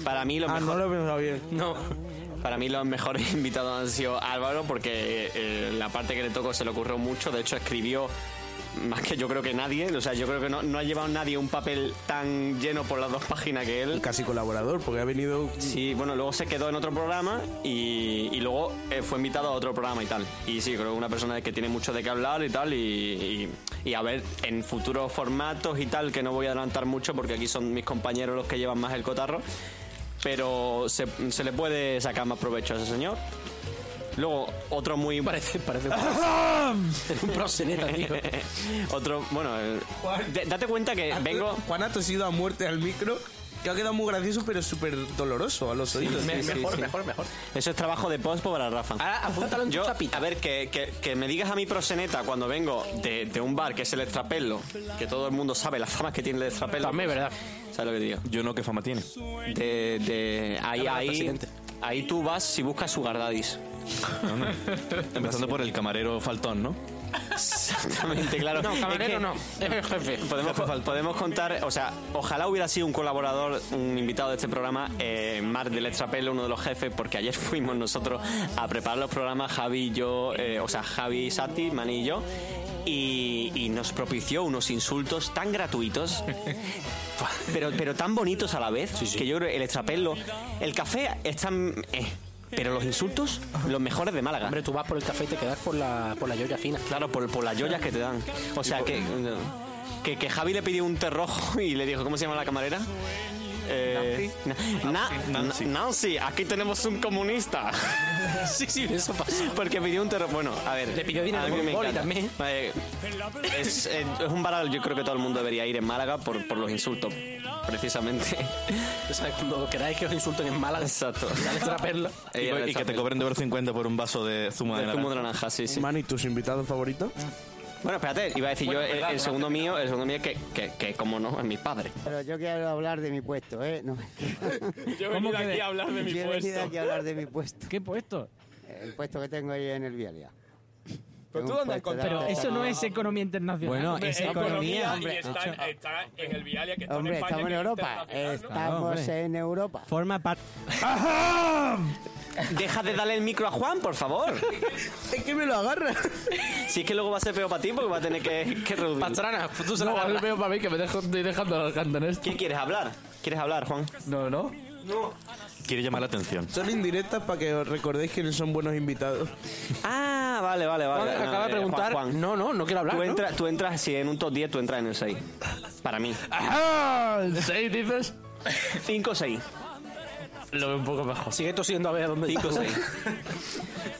Speaker 2: para mí, los,
Speaker 3: Ah, no
Speaker 2: mejor-
Speaker 3: lo he pensado bien.
Speaker 4: No.
Speaker 2: para mí los mejores invitados han sido Álvaro, porque eh, la parte que le tocó se le ocurrió mucho. De hecho, escribió más que yo creo que nadie. O sea, yo creo que no, no ha llevado nadie un papel tan lleno por las dos páginas que él.
Speaker 3: Casi colaborador, porque ha venido.
Speaker 2: Sí, bueno, luego se quedó en otro programa y, y luego eh, fue invitado a otro programa y tal. Y sí, creo que una persona que tiene mucho de qué hablar y tal. Y, y- y a ver, en futuros formatos y tal, que no voy a adelantar mucho porque aquí son mis compañeros los que llevan más el cotarro. Pero se, se le puede sacar más provecho a ese señor. Luego, otro muy.
Speaker 4: Parece, parece un, un proseneta, tío.
Speaker 2: otro, bueno, el- eh, de- date cuenta que vengo.
Speaker 3: Juanato ha sido a muerte al micro. que ha quedado muy gracioso, pero súper doloroso a los oídos.
Speaker 4: Me- mejor, mejor, mejor.
Speaker 2: Eso es trabajo de pospo para Rafa.
Speaker 4: Ahora apúntalo en tu
Speaker 2: Yo, a ver, que, que- que me digas a mi proseneta cuando vengo de, de un bar que es el Extrapelo, que todo el mundo sabe las famas que tiene el Extrapelo. También,
Speaker 4: ¿verdad?
Speaker 2: ¿Sabes lo que digo?
Speaker 6: Yo no, ¿qué fama tiene?
Speaker 2: De, de- ahí,
Speaker 6: Cámara,
Speaker 2: ahí,
Speaker 6: presidente.
Speaker 2: ahí tú vas si buscas Sugar Daddies.
Speaker 6: Empezando por el camarero faltón, ¿no?
Speaker 2: Exactamente, claro.
Speaker 6: No,
Speaker 2: Es
Speaker 6: camarero
Speaker 2: que-
Speaker 6: no,
Speaker 2: Podemos, podemos contar, o sea, ojalá hubiera sido un colaborador, un invitado de este programa, eh, Marc del Extrapelo, uno de los jefes, porque ayer fuimos nosotros a preparar los programas, Javi y yo, eh, o sea, Javi Sati, Mani y yo, y, y nos propició unos insultos tan gratuitos. Pero, pero tan bonitos a la vez que yo creo que el extrapelo. El café está. eh, pero los insultos, los mejores de Málaga.
Speaker 4: Hombre, tú vas por el café y te quedas por la, por la joya fina.
Speaker 2: Claro, por, por las joyas que te dan. O sea, que, que, que Javi le pidió un té rojo y le dijo, ¿cómo se llama la camarera? Eh, Na- Na- Nancy. aquí tenemos un comunista. sí, sí, eso pasó. Porque pidió un té rojo. Bueno, a ver.
Speaker 4: Le pidió dinero
Speaker 2: a mí
Speaker 4: por
Speaker 2: me
Speaker 4: un boli
Speaker 2: encanta.
Speaker 4: también.
Speaker 2: Eh, es, eh, es un bar al- yo creo que todo el mundo debería ir en Málaga por, por los insultos, precisamente.
Speaker 4: O sea, cuando queráis que os insulten en Málaga.
Speaker 2: Exacto.
Speaker 4: Dale otra perla.
Speaker 6: Y,
Speaker 2: Ella
Speaker 6: y que te
Speaker 2: del
Speaker 6: cobren de euro 50 por un vaso de zumo de,
Speaker 2: Del zumo de naranja, sí, sí.
Speaker 3: Mano, ¿y tus invitados favoritos?
Speaker 2: Bueno, espérate, iba a decir
Speaker 3: Bueno,
Speaker 2: yo el-
Speaker 3: verdad,
Speaker 2: el,
Speaker 3: verdad,
Speaker 2: segundo mío, el segundo mío que, que, que como no, es mi padre.
Speaker 11: Pero yo quiero hablar de mi puesto, ¿eh? No.
Speaker 12: Yo he venido aquí a hablar de mi
Speaker 11: Yo he venido
Speaker 12: puesto.
Speaker 11: aquí a hablar de mi puesto.
Speaker 12: ¿Qué puesto?
Speaker 11: El puesto que tengo ahí en el Vialia.
Speaker 12: Pero tú dónde has encontrado-
Speaker 13: Pero eso no es economía internacional.
Speaker 11: Bueno,
Speaker 13: Hombre,
Speaker 11: es economía,
Speaker 13: hombre.
Speaker 11: hombre.
Speaker 13: Está en-
Speaker 10: está en el Vialia que
Speaker 11: Hombre, estamos en Europa.
Speaker 2: Claro,
Speaker 11: Estamos
Speaker 2: hombre.
Speaker 11: en Europa.
Speaker 13: Forma parte.
Speaker 2: Deja de darle el micro a Juan, por favor.
Speaker 3: es que me lo agarra.
Speaker 2: Si es que luego va a ser feo para ti, porque va a tener que, que reducir.
Speaker 4: Pastrana, tú se
Speaker 7: No, ahora veo para mí que me dejo, estoy dejando al cantonés.
Speaker 2: ¿Quién quieres hablar? ¿Quieres hablar, Juan?
Speaker 7: No, no.
Speaker 6: Quiere llamar la atención.
Speaker 3: Son indirectas para que os recordéis quiénes son buenos invitados.
Speaker 2: Ah, vale, vale, vale.
Speaker 3: Juan,
Speaker 2: No,
Speaker 3: acaba de
Speaker 2: eh, Juan,
Speaker 3: preguntar.
Speaker 2: Juan.
Speaker 4: No, no, no quiero hablar.
Speaker 2: Tú,
Speaker 4: ¿no?
Speaker 2: entras- tú entras, si en un top 10, tú entras en el 6. Para mí.
Speaker 7: ¡Ah! ¿Seis dices?
Speaker 2: 5 o 6.
Speaker 7: Lo veo un poco mejor.
Speaker 4: Sigue tosiendo a ver a dónde
Speaker 2: 5 o 6.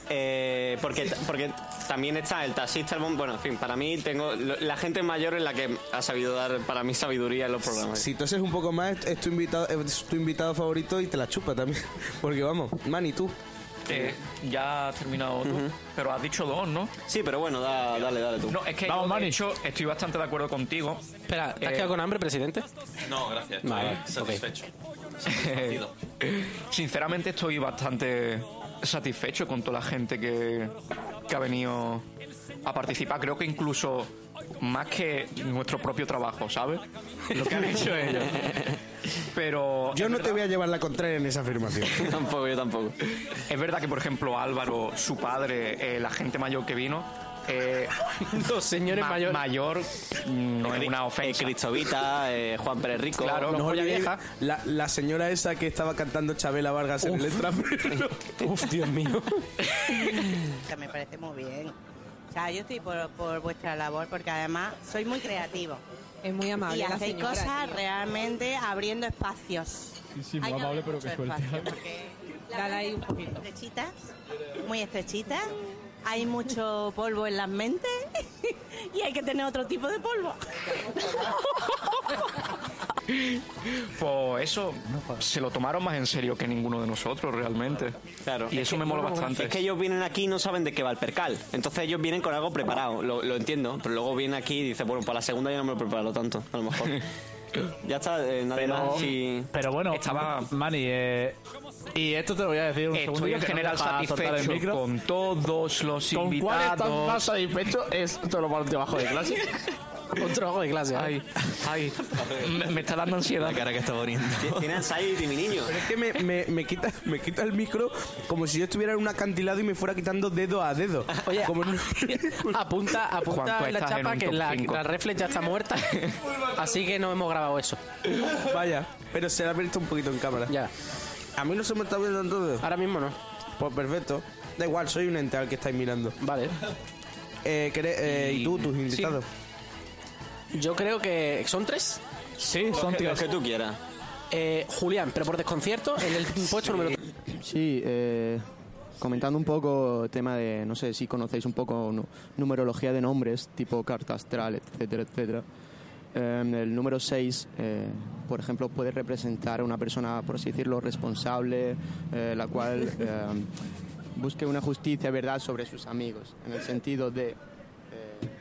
Speaker 2: Eh, porque, porque también está el taxista, el bon... Bueno, en fin, para mí tengo... lo- La gente mayor es la que ha sabido dar, para mí, sabiduría en los programas.
Speaker 3: Si tú haces un poco más, es tu invitado, es tu invitado favorito y te la chupa también. Porque vamos, Mani, tú.
Speaker 5: Eh, ya has terminado tú, pero has dicho dos, ¿no?
Speaker 2: Sí, pero bueno, dale, dale tú.
Speaker 5: No, es que yo, de hecho, estoy bastante de acuerdo contigo.
Speaker 4: Espera, ¿te has quedado con hambre, presidente?
Speaker 6: Eh, No, gracias.
Speaker 4: estoy Vale, ok.
Speaker 6: satisfecho.
Speaker 5: Sinceramente estoy bastante satisfecho con toda la gente que, que ha venido a participar. Creo que incluso más que nuestro propio trabajo, ¿sabes? Lo que han hecho ellos. Pero
Speaker 3: Yo no te voy a llevar la contraria en esa afirmación.
Speaker 2: tampoco, yo tampoco.
Speaker 5: es verdad que, por ejemplo, Álvaro, su padre, eh, la gente mayor que vino... eh,
Speaker 4: Dos señores
Speaker 5: mayor, mayor mm, no es una
Speaker 2: Eh,
Speaker 5: ofensa.
Speaker 2: Cristobita, eh, Juan Pérez Rico.
Speaker 5: Claro,
Speaker 3: No olvidéis La, la señora esa que estaba cantando Chabela Vargas en el extrapelo.
Speaker 4: Uf, Dios mío.
Speaker 14: que me parece muy bien. O sea, yo estoy por, por vuestra labor porque además soy muy creativo.
Speaker 15: Es muy amable.
Speaker 14: Y
Speaker 15: la
Speaker 14: hacéis
Speaker 15: señora,
Speaker 14: cosas
Speaker 15: tío.
Speaker 14: realmente abriendo espacios.
Speaker 15: Sí, sí,
Speaker 14: Hay
Speaker 15: muy
Speaker 14: que
Speaker 15: amable,
Speaker 14: abrir
Speaker 15: pero que
Speaker 14: mucho
Speaker 15: suelta.
Speaker 14: espacio, porque las
Speaker 15: Dale ahí
Speaker 14: redes
Speaker 15: un
Speaker 14: son muy Estrechitas, muy estrechitas. Hay mucho polvo en las mentes y hay que tener otro tipo de polvo.
Speaker 5: Pues eso se lo tomaron más en serio que ninguno de nosotros realmente.
Speaker 2: Claro.
Speaker 5: Y eso me mola bastante.
Speaker 2: Es que ellos vienen aquí y no saben de qué va el percal. Entonces ellos vienen con algo preparado, lo, lo entiendo. Pero luego vienen aquí y dicen, bueno, para la segunda ya no me lo preparo tanto, a lo mejor. ya está, eh, nadie más. sí.
Speaker 7: pero bueno, Mani, eh, y esto te lo voy a decir un segundo.
Speaker 5: Estoy en general satisfecho con todos los
Speaker 7: ¿Con cuál
Speaker 5: invitados.
Speaker 7: estás más satisfecho? Es todo lo para debajo de clase.
Speaker 4: Un trabajo de clase.
Speaker 5: Ay, ay, me, me está dando ansiedad.
Speaker 6: La cara que está poniendo.
Speaker 2: Tiene anxiety, mi niño.
Speaker 3: Pero es que me, me- me quita, me quita el micro como si yo estuviera en un acantilado y me fuera quitando dedo a dedo. Como en un-
Speaker 4: Apunta,
Speaker 3: Juan,
Speaker 4: apunta
Speaker 3: tú
Speaker 4: en la
Speaker 3: estás en
Speaker 4: chapa
Speaker 3: un
Speaker 4: que
Speaker 3: top
Speaker 4: la,
Speaker 3: cinco.
Speaker 4: la reflex ya está muerta. así que no hemos grabado eso.
Speaker 3: Vaya, pero se la ha visto un poquito en cámara.
Speaker 4: Ya. Ah.
Speaker 3: A mí no se me está viendo todo.
Speaker 4: Ahora mismo no.
Speaker 3: Pues perfecto. Da igual, soy un ente al que estáis mirando.
Speaker 4: Vale.
Speaker 3: Eh, queré- eh, ¿Y tú, tus invitados?
Speaker 4: Yo creo que. ¿Son tres? Eh,
Speaker 7: Sí,
Speaker 2: son que- tres. los que tú quieras.
Speaker 4: Julián, pero por desconcierto, en el puesto número.
Speaker 16: Sí, eh, comentando un poco el tema de, no sé si conocéis un poco nu- numerología de nombres, tipo carta astral, etcétera, etcétera. eh, el número 6, por ejemplo, puede representar a una persona, por así decirlo, responsable, eh, la cual eh, busque una justicia, verdad, sobre sus amigos, en el sentido de... eh,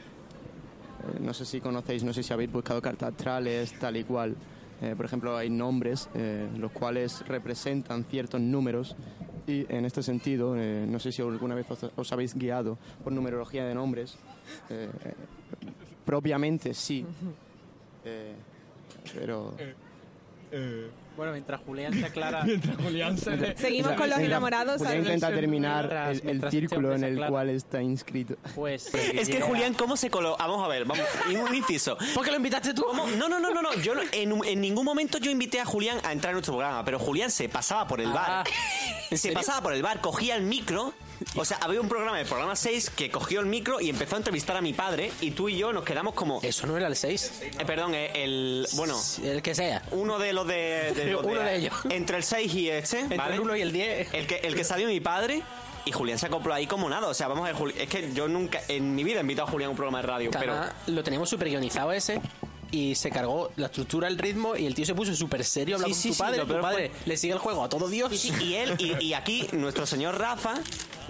Speaker 16: eh, no sé si conocéis, no sé si habéis buscado cartas astrales, tal y cual. Eh, por ejemplo, hay nombres eh, los cuales representan ciertos números y en este sentido, eh, no sé si alguna vez os, os habéis guiado por numerología de nombres. eh, eh, propiamente sí, eh, pero...
Speaker 4: Bueno, mientras Julián se aclara.
Speaker 17: Mientras Julián
Speaker 16: Mientras-
Speaker 18: Seguimos con los
Speaker 16: mientras-
Speaker 18: enamorados,
Speaker 16: Voy a
Speaker 18: ¿sabes?
Speaker 16: intentar terminar
Speaker 4: Mientras-
Speaker 16: el- el,
Speaker 4: mientras
Speaker 16: círculo
Speaker 4: Chompe
Speaker 16: en
Speaker 4: se
Speaker 16: el
Speaker 4: aclara.
Speaker 16: cual está inscrito.
Speaker 4: Pues.
Speaker 2: Es que Julián, ¿cómo se coló? Vamos a ver, vamos, y un inciso.
Speaker 4: ¿Por qué lo invitaste tú?
Speaker 2: No, no, no, no, no. Yo no- en, un- en ningún momento yo invité a Julián a entrar en nuestro programa, pero Julián se pasaba
Speaker 4: Ah.
Speaker 2: por el bar. Se pasaba por el bar, cogía el micro. O sea, había un programa, el programa 6, que cogió el micro y empezó a entrevistar a mi padre y tú y yo nos quedamos como... eh,
Speaker 4: Eso no era el 6.
Speaker 2: perdón, eh, el... Bueno...
Speaker 4: El que sea.
Speaker 2: Uno de los de... de los
Speaker 4: Uno de ellos.
Speaker 2: Entre el 6 y este.
Speaker 4: Entre el uno y el 10.
Speaker 2: El que, el que salió mi padre. Y Julián se acopló ahí como nada. O sea, vamos a ver, Juli- es que yo nunca en mi vida he invitado a Julián a un programa de radio.
Speaker 4: Que
Speaker 2: Pero
Speaker 4: además lo teníamos súper guionizado ese. Y se cargó la estructura, el ritmo. Y el tío se puso súper serio. Habló
Speaker 2: Sí,
Speaker 4: con
Speaker 2: sí,
Speaker 4: tu
Speaker 2: sí,
Speaker 4: padre.
Speaker 2: lo
Speaker 4: tu
Speaker 2: peor
Speaker 4: padre
Speaker 2: fue-
Speaker 4: le sigue el juego a todo Dios.
Speaker 2: Sí, sí, y él, y, y aquí nuestro señor Rafa,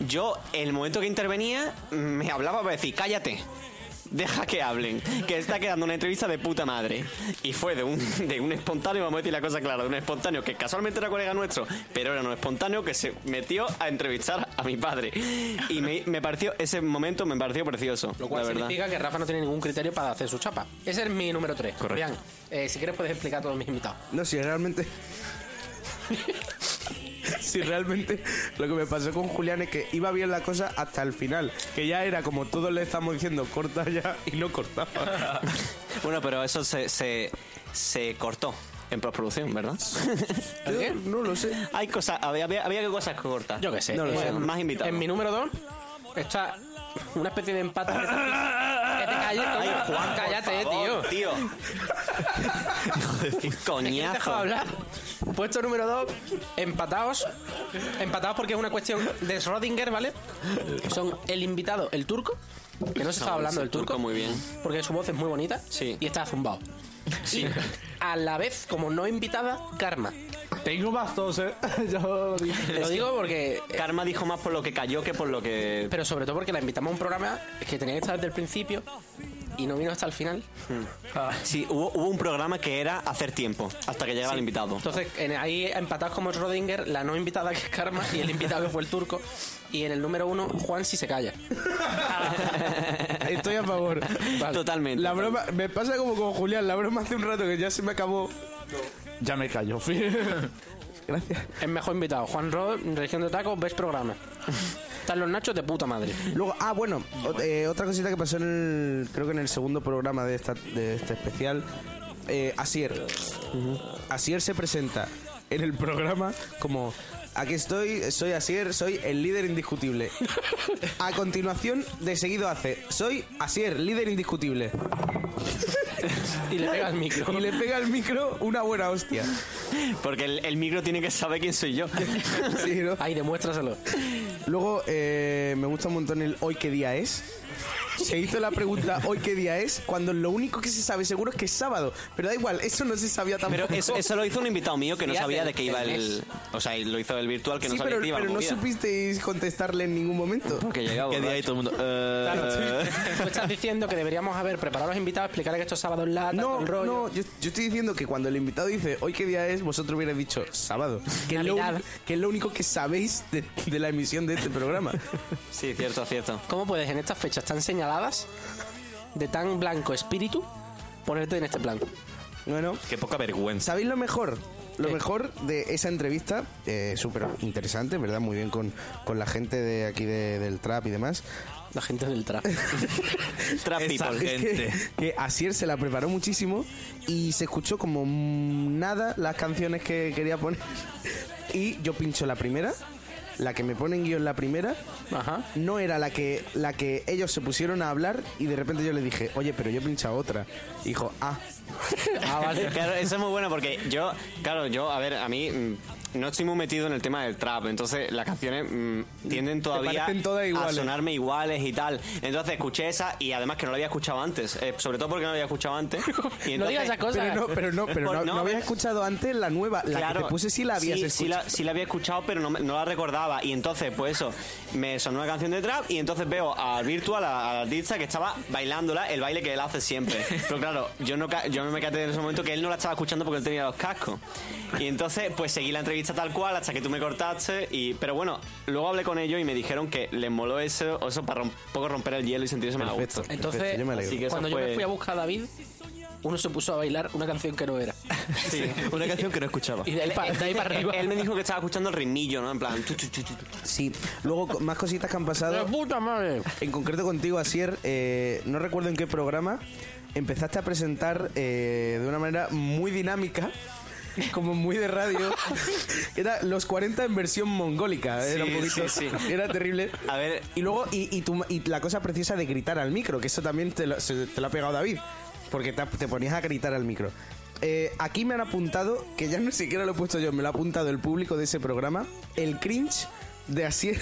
Speaker 2: yo, el momento que intervenía, me hablaba para decir, cállate. Deja que hablen, que está quedando una entrevista de puta madre. Y fue de un, de un espontáneo, vamos a decir la cosa clara, de un espontáneo que casualmente era colega nuestro, pero era un espontáneo que se metió a entrevistar a mi padre. Y me, me pareció, ese momento me pareció precioso.
Speaker 4: Lo cual
Speaker 2: la verdad.
Speaker 4: significa que Rafa no tiene ningún criterio para hacer su chapa. Ese es mi número 3.
Speaker 2: Correcto.
Speaker 4: Julián, eh, si quieres puedes explicar a todos mis invitados.
Speaker 3: No, si realmente. si realmente lo que me pasó con Julián es que iba bien la cosa hasta el final. Que ya era como todos le estamos diciendo, corta ya, y no cortaba.
Speaker 2: Bueno, pero eso se, se, se cortó en postproducción, ¿verdad?
Speaker 3: no lo sé.
Speaker 2: Hay cosas, había, había, había cosas que cortar.
Speaker 4: Yo qué sé.
Speaker 2: No lo sé.
Speaker 4: Bueno,
Speaker 2: Más invitados.
Speaker 4: En mi número 2 está una especie de empate. que te calles, coño.
Speaker 2: Ay, Juan, por
Speaker 4: cállate,
Speaker 2: favor,
Speaker 4: tío. ¿Quién te dejó
Speaker 2: Coñazo.
Speaker 4: hablar? Puesto número 2, empatados. Empatados porque es una cuestión de Schrödinger, ¿vale? Son el invitado, el turco, que no se estaba
Speaker 2: No,
Speaker 4: hablando
Speaker 2: ese
Speaker 4: del turco.
Speaker 2: turco muy bien.
Speaker 4: Porque su voz es muy bonita. Y está zumbado. Sí. a la vez, como no invitada, Karma.
Speaker 7: Tengo más tos, ¿eh? Yo lo digo.
Speaker 4: Lo digo porque...
Speaker 2: Karma dijo más por lo que cayó que por lo que...
Speaker 4: Pero sobre todo porque la invitamos a un programa que tenía que estar desde el principio y no vino hasta el final.
Speaker 2: Sí, hubo, hubo un programa que era hacer tiempo, hasta que llegaba el invitado.
Speaker 4: Entonces, en- ahí empatados como Schrödinger, la no invitada que es Karma y el invitado que fue el turco. Y en el número uno, Juan si se calla.
Speaker 3: Estoy a favor.
Speaker 2: Totalmente.
Speaker 3: La broma, me pasa como con Julián, la broma hace un rato que ya se me acabó.
Speaker 7: Ya me callo,
Speaker 3: Gracias.
Speaker 4: El mejor invitado, Juan Rod, Región de Tacos, ves programa. Están los nachos de puta madre.
Speaker 3: Luego, ah, bueno, o- eh, otra cosita que pasó en el, creo que en el segundo programa de, esta, de este especial. Eh, Asier. Asier se presenta en el programa como, aquí estoy, soy Asier, soy el líder indiscutible. A continuación, de seguido hace, soy Asier, líder indiscutible.
Speaker 4: Y le pega el micro.
Speaker 3: Y le pega el micro una buena hostia.
Speaker 2: Porque el, el micro tiene que saber quién soy yo.
Speaker 3: Sí, ¿no?
Speaker 4: Ahí, demuéstraselo.
Speaker 3: Luego, eh, me gusta un montón el hoy qué día es. Se hizo la pregunta hoy qué día es, cuando lo único que se sabe seguro es que es sábado. Pero da igual, eso no se sabía tampoco.
Speaker 2: Pero eso, eso lo hizo un invitado mío que no
Speaker 3: Día
Speaker 2: sabía
Speaker 3: del-
Speaker 2: de qué iba
Speaker 3: del
Speaker 2: el... O sea, lo hizo el virtual que no
Speaker 3: sí,
Speaker 2: sabía
Speaker 3: pero,
Speaker 2: que iba la
Speaker 3: pero no
Speaker 2: movida.
Speaker 3: supisteis contestarle en ningún momento.
Speaker 2: Que llegaba
Speaker 3: ¿Qué día
Speaker 2: borracho.
Speaker 3: hay
Speaker 2: todo el mundo? eh,
Speaker 4: Tú estás diciendo que deberíamos haber preparado a los invitados, explicar que estos sábados lata, todo
Speaker 3: No,
Speaker 4: el rollo.
Speaker 3: no, yo, yo estoy diciendo que cuando el invitado dice hoy qué día es, vosotros hubierais dicho sábado. Que, es lo,
Speaker 4: Navidad.
Speaker 3: único- que es lo único que sabéis de, de la emisión de este programa.
Speaker 2: Sí, cierto, cierto.
Speaker 4: ¿Cómo puedes en estas fechas tan señaladas, de tan blanco espíritu, ponerte en este plan?
Speaker 3: Bueno,
Speaker 2: qué poca vergüenza.
Speaker 3: ¿Sabéis lo mejor? Lo mejor de esa entrevista, eh, súper interesante, ¿verdad? Muy bien con, con la gente de aquí de- del trap y demás.
Speaker 4: La gente del trap.
Speaker 2: trap
Speaker 3: Esa
Speaker 2: people.
Speaker 3: gente. Que, que Asier se la preparó muchísimo y se escuchó como nada las canciones que quería poner. Y yo pincho la primera, la que me ponen guión la primera. No era la que, la que ellos se pusieron a hablar y de repente yo le dije, oye, pero yo he pinchado otra. Y dijo, ah.
Speaker 4: Ah, vale.
Speaker 2: Claro, eso es muy bueno porque yo, claro, yo, a ver, a mí mm, no estoy muy metido en el tema del trap, entonces las canciones mm, tienden todavía
Speaker 3: parecen todas
Speaker 2: a
Speaker 3: iguales.
Speaker 2: sonarme iguales y tal. Entonces escuché esa y además que no la había escuchado antes, eh, sobre todo porque no la había escuchado antes. Y entonces-
Speaker 3: Pero no, pero no, pero
Speaker 2: Por-
Speaker 3: no, no habías
Speaker 2: pero-
Speaker 3: escuchado antes la nueva. La que te puse sí la habías
Speaker 2: sí, sí
Speaker 3: escuchado.
Speaker 2: la, sí la había escuchado, pero no, me- no la recordaba. Y entonces, pues eso, me sonó una canción de trap y entonces veo a Virtual, a, a la artista, que estaba bailándola, el baile que él hace siempre. Pero claro, yo no ca- yo me quedé en ese momento que él no la estaba escuchando porque él tenía los cascos. Y entonces, pues seguí la entrevista tal cual hasta que tú me cortaste. Y, pero bueno, luego hablé con ellos y me dijeron que les moló eso, eso para un poco romper el hielo y sentirse más a
Speaker 3: Perfecto,
Speaker 2: gusto.
Speaker 3: perfecto,
Speaker 4: Entonces,
Speaker 3: yo me alegro.
Speaker 2: así que eso
Speaker 4: cuando yo me
Speaker 2: fue-
Speaker 4: fui a buscar a David, uno se puso a bailar una canción que no era.
Speaker 2: Sí, una canción que no escuchaba.
Speaker 4: Y de ahí pa- de ahí pa' arriba.
Speaker 2: Él me dijo que estaba escuchando el ritmillo, ¿no? En plan. tu, tu, tu, tu, tu.
Speaker 3: Sí, luego co- más cositas que han pasado. puta madre! En concreto contigo, Asier, eh, no recuerdo en qué programa, empezaste a presentar eh, de una manera muy dinámica. Como muy de radio. Era los 40 en versión mongólica. ¿eh? era un
Speaker 2: Sí,
Speaker 3: poquito.
Speaker 2: sí, sí.
Speaker 3: Era terrible.
Speaker 2: A ver.
Speaker 3: Y luego, y, y tu- y la cosa precisa de gritar al micro, que eso también te lo, se- te lo ha pegado David. Porque te, te ponías a gritar al micro. Eh, aquí me han apuntado, que ya no siquiera lo he puesto yo, me lo ha apuntado el público de ese programa, el cringe de Asier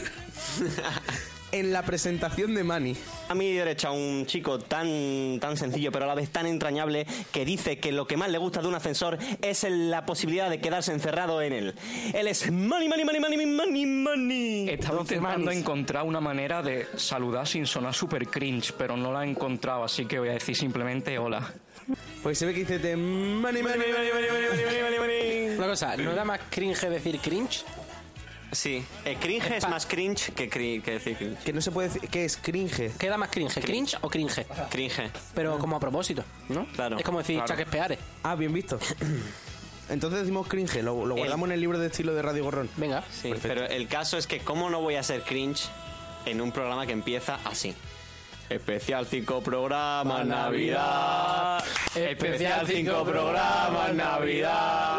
Speaker 3: en la presentación de Manny.
Speaker 2: A mi derecha un chico tan, tan sencillo pero a la vez tan entrañable que dice que lo que más le gusta de un ascensor es el- la posibilidad de quedarse encerrado en él. Él es money, money, money, money, money, money.
Speaker 5: Estaba intentando encontrar una manera de saludar sin sonar super cringe, pero no la he encontrado, así que voy a decir simplemente hola.
Speaker 3: Pues se ve que dice de Manny, Manny, Manny, Manny, Manny, Manny, Manny, Manny.
Speaker 4: Una cosa, ¿no era más cringe decir cringe?
Speaker 2: Sí, el cringe es más cringe que, cri- que decir cringe.
Speaker 3: Que no se puede decir, ¿qué es cringe?
Speaker 4: ¿Qué era más cringe? ¿Cringe o cringe?
Speaker 2: Cringe.
Speaker 4: Pero como a propósito, ¿no?
Speaker 2: Claro.
Speaker 4: Es como decir
Speaker 2: claro.
Speaker 4: chaques peares.
Speaker 3: Ah, bien visto. Entonces decimos cringe, lo, lo guardamos en el libro de estilo de Radio Gorrón.
Speaker 4: Venga.
Speaker 2: Sí, pero el caso es que cómo no voy a ser cringe en un programa que empieza así. Especial 5 programas Navidad.
Speaker 4: Eh,
Speaker 2: Especial Uh. 5 programas Navidad.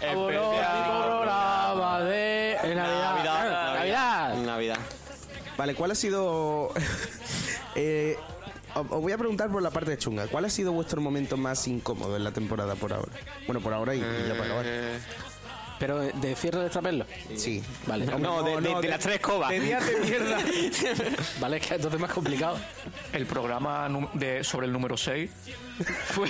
Speaker 2: Especial
Speaker 4: programa de Navidad.
Speaker 2: Navidad.
Speaker 4: Navidad.
Speaker 2: Navidad.
Speaker 3: Vale, ¿cuál ha sido... eh, os os voy a preguntar por la parte chunga. ¿Cuál ha sido vuestro momento más incómodo en la temporada por ahora? Bueno, por ahora y, y ya para acabar.
Speaker 4: ¿Pero de cierre de estrapello?
Speaker 3: Sí.
Speaker 4: Vale.
Speaker 2: No, de, de- de las tres cobas.
Speaker 3: de día de mierda.
Speaker 4: vale, es que entonces más complicado.
Speaker 5: El programa nu- de, sobre el número 6 fue...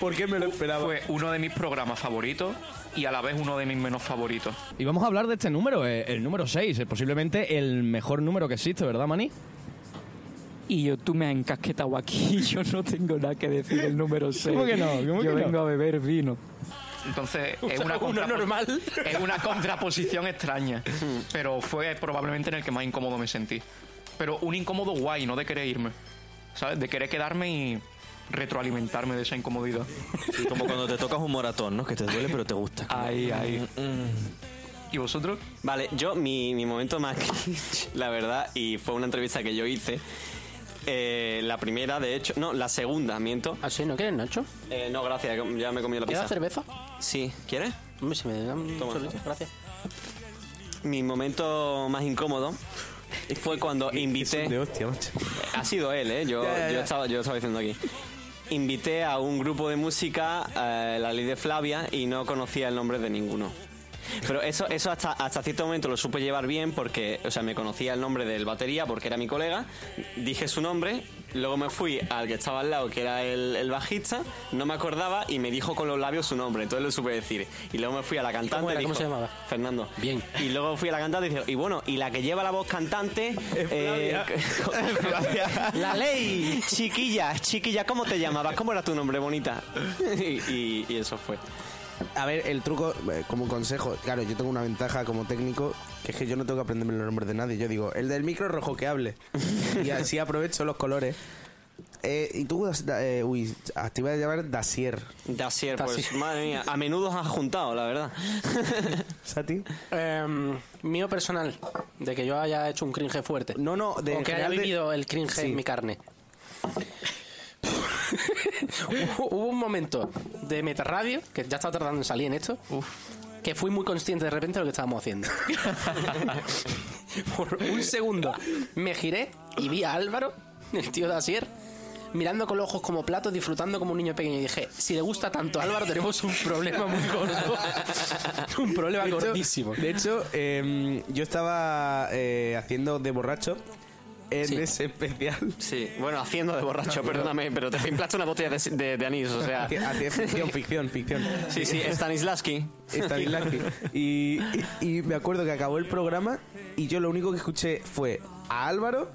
Speaker 3: ¿Por qué me lo esperaba?
Speaker 5: Fue uno de mis programas favoritos y a la vez uno de mis menos favoritos.
Speaker 19: Y vamos a hablar de este número, eh, el número 6, es posiblemente el mejor número que existe, ¿verdad, Mani?
Speaker 20: Y yo, tú me has encasquetado aquí, yo no tengo nada que decir del número 6.
Speaker 19: ¿Cómo que no? ¿Cómo
Speaker 20: yo
Speaker 19: que no?
Speaker 20: vengo a beber vino.
Speaker 5: Entonces, es
Speaker 20: Uno
Speaker 5: una, contrapo-
Speaker 20: normal.
Speaker 5: es una contraposición extraña. Pero fue probablemente en el que más incómodo me sentí. Pero un incómodo guay, no de querer irme. ¿Sabes? De querer quedarme y retroalimentarme de esa incomodidad.
Speaker 6: Como cuando te tocas un moratón, ¿no? Que te duele pero te gusta.
Speaker 5: Ahí, ahí. Mm. ¿Y vosotros?
Speaker 2: Vale, yo, mi, mi momento más cringe, la verdad, y fue una entrevista que yo hice. eh, la primera, de hecho, no, la segunda, miento.
Speaker 4: ¿Ah, sí? ¿No quieres, Nacho?
Speaker 2: Eh, no, gracias, ya me he comido la
Speaker 4: ¿Queda
Speaker 2: pizza.
Speaker 4: cerveza?
Speaker 2: Sí, ¿quieres?
Speaker 4: Hombre, si me dan un
Speaker 2: Toma.
Speaker 4: chorrito, gracias.
Speaker 2: Mi momento más incómodo fue cuando invité.
Speaker 3: De hostia, macho.
Speaker 2: Ha sido él, ¿eh? Yo,
Speaker 3: Ya, ya,
Speaker 2: yo
Speaker 3: ya.
Speaker 2: estaba, yo estaba diciendo aquí. Invité a un grupo de música, eh, La Ley de Flavia, y no conocía el nombre de ninguno. Pero eso, eso hasta, hasta cierto momento lo supe llevar bien porque, o sea, me conocía el nombre del batería porque era mi colega, dije su nombre, luego me fui al que estaba al lado, que era el, el bajista, no me acordaba y me dijo con los labios su nombre, entonces lo supe decir. Y luego me fui a la cantante.
Speaker 4: era?
Speaker 2: y
Speaker 4: ¿Cómo
Speaker 2: dijo,
Speaker 4: se llamaba?
Speaker 2: Fernando. Bien. Y luego fui a la cantante y dije, y bueno, y la que lleva la voz cantante. eh,
Speaker 4: La ley.
Speaker 2: Chiquilla, chiquilla, ¿cómo te llamabas? ¿Cómo era tu nombre, bonita? Y, y- y eso fue.
Speaker 3: A ver, el truco, eh, como consejo, claro, yo tengo una ventaja como técnico, que es que yo no tengo que aprenderme los nombres de nadie. Yo digo, el del micro rojo que hable. y así aprovecho los colores. Eh, y tú, eh, uy, te iba a llamar Dasier.
Speaker 2: Dasier, pues,
Speaker 3: Dasier.
Speaker 2: madre mía, a menudo has juntado, la verdad.
Speaker 3: ¿Sati?
Speaker 4: Em, mío personal, de que yo haya hecho un cringe fuerte.
Speaker 3: No, no, de
Speaker 4: O que haya
Speaker 3: general de-
Speaker 4: vivido el cringe
Speaker 3: Sí.
Speaker 4: en mi carne. Hubo- Hubo un momento de Metarradio, que ya estaba tardando en salir en esto, que fui muy consciente de repente de lo que estábamos haciendo. Por un segundo me giré y vi a Álvaro, el tío de Asier, mirando con los ojos como platos, disfrutando como un niño pequeño. Y dije, si le gusta tanto a Álvaro, tenemos un problema muy gordo. un problema
Speaker 3: De hecho-
Speaker 4: gordísimo.
Speaker 3: De hecho, eh, yo estaba eh, haciendo de borracho en ese especial.
Speaker 2: Sí, bueno, haciendo de borracho, perdóname, pero te inflaste una botella de, de- de anís, o sea.
Speaker 3: Hacia- hacia ficción, ficción, ficción.
Speaker 2: Sí, sí, Stanislavski.
Speaker 3: Stanislavski. Y, y, y me acuerdo que acabó el programa y yo lo único que escuché fue a Álvaro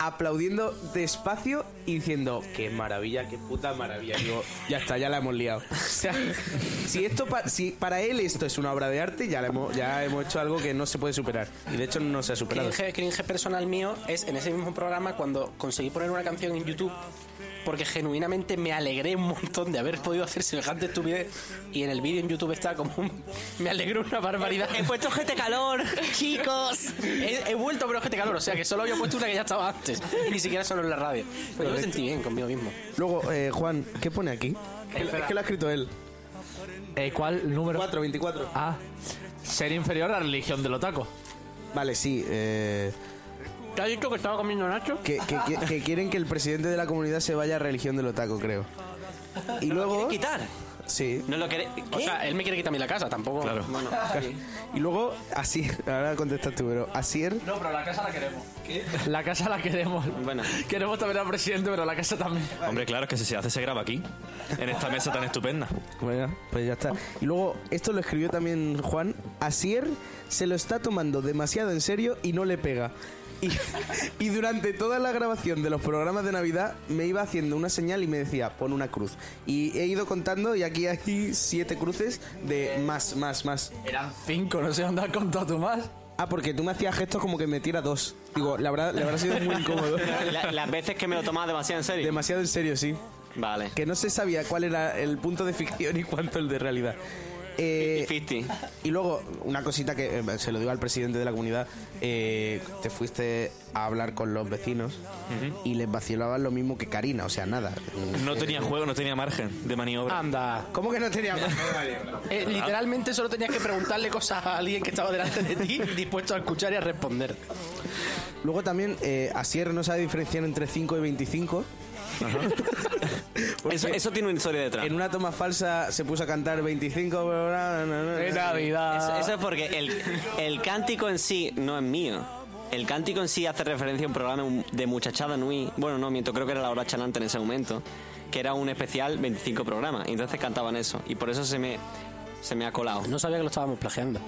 Speaker 3: aplaudiendo despacio y diciendo qué maravilla, qué puta maravilla. Digo, ya está, ya la hemos liado. O sea, si esto pa- si para él esto es una obra de arte, ya la hemos, ya hemos hecho algo que no se puede superar. Y de hecho no se ha superado.
Speaker 4: Cringe, cringe personal mío es en ese mismo programa cuando conseguí poner una canción en YouTube porque genuinamente me alegré un montón de haber podido hacer semejante estupidez y en el vídeo en YouTube está como un- me alegró una barbaridad. He puesto gente calor, chicos. He, he vuelto a poner gente calor, o sea que solo había puesto una que ya estaba antes. Y ni siquiera sonó en la radio. Pero yo me sentí bien conmigo mismo.
Speaker 3: Luego, eh, Juan, ¿qué pone aquí?
Speaker 4: Espera.
Speaker 3: Es que lo ha escrito él.
Speaker 7: Eh, ¿Cuál número?
Speaker 3: 4, 24.
Speaker 7: Ah, ser inferior a la religión del otaco.
Speaker 3: Vale, sí. Eh,
Speaker 4: ¿Te has dicho que estaba comiendo Nacho?
Speaker 3: que, que- que- que quieren que el presidente de la comunidad se vaya a religión del otaco, creo. Y luego...
Speaker 2: quitar?
Speaker 3: Sí.
Speaker 2: No lo quiere.
Speaker 4: O sea, él me quiere quitar a mí la casa, tampoco. Claro. Bueno, sí.
Speaker 3: Y luego, así, ahora contestas tú, pero Asier...
Speaker 7: No, pero la casa la queremos. La casa la queremos.
Speaker 2: Bueno.
Speaker 7: Queremos también al presidente, pero la casa también.
Speaker 6: Hombre, claro, es que si se hace se graba aquí, en esta mesa tan estupenda.
Speaker 3: Bueno, pues ya está. Y luego, esto lo escribió también Juan. Asier se lo está tomando demasiado en serio y no le pega. Y, y durante toda la grabación de los programas de Navidad me iba haciendo una señal y me decía, pon una cruz. Y he ido contando y aquí hay siete cruces de más, más, más.
Speaker 7: Eran cinco, no sé dónde has contado tú más.
Speaker 3: Ah, porque tú me hacías gestos como que me tira dos. Digo, la verdad, le habrá sido muy incómodo.
Speaker 2: La- las veces que me lo tomaba demasiado en serio.
Speaker 3: Demasiado en serio, sí.
Speaker 2: Vale.
Speaker 3: Que no se sabía cuál era el punto de ficción y cuánto el de realidad. Eh, Y luego, una cosita que eh, se lo digo al presidente de la comunidad, eh, te fuiste a hablar con los vecinos y les vacilabas lo mismo que Karina, o sea, nada.
Speaker 6: No tenía juego, no tenía margen de maniobra.
Speaker 4: Anda.
Speaker 3: ¿Cómo que no tenía
Speaker 4: Eh, literalmente solo tenías que preguntarle cosas a alguien que estaba delante de ti, dispuesto a escuchar y a responder.
Speaker 3: Luego también, eh, Asier no sabe diferenciar entre 5 y 25. Porque
Speaker 2: Eso, eso tiene una historia detrás.
Speaker 3: En una toma falsa se puso a cantar 25... bla, bla, bla, bla, bla.
Speaker 2: Eso, eso es porque el, el cántico en sí no es mío. El cántico en sí hace referencia a un programa de muchachada Nui. Bueno, no, miento, creo que era la hora chanante en ese momento. Que era un especial 25 programas. Y entonces cantaban eso. Y por eso se me, se me ha colado.
Speaker 4: No sabía que lo estábamos plagiando.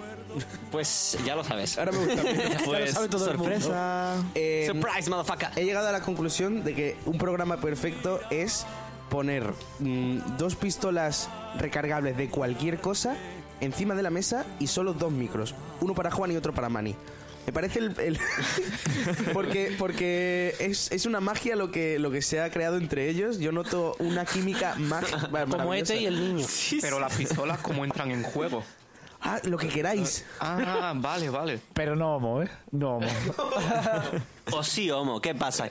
Speaker 2: Pues ya lo sabes.
Speaker 3: Ahora me gusta.
Speaker 2: Pues,
Speaker 3: sorpresa. Eh,
Speaker 2: Surprise, motherfucker.
Speaker 3: He llegado a la conclusión de que un programa perfecto es poner mm, dos pistolas recargables de cualquier cosa encima de la mesa y solo dos micros. Uno para Juan y otro para Manny. Me parece el... el- porque porque es, es una magia lo que, lo que se ha creado entre ellos. Yo noto una química mágica.
Speaker 5: Como
Speaker 3: maravillosa.
Speaker 5: este y el niño. Pero las pistolas, ¿cómo entran en juego?
Speaker 3: Ah, lo que queráis.
Speaker 5: Ah, vale, vale.
Speaker 7: Pero no homo, ¿eh? No homo.
Speaker 2: O sí, homo, ¿qué pasa?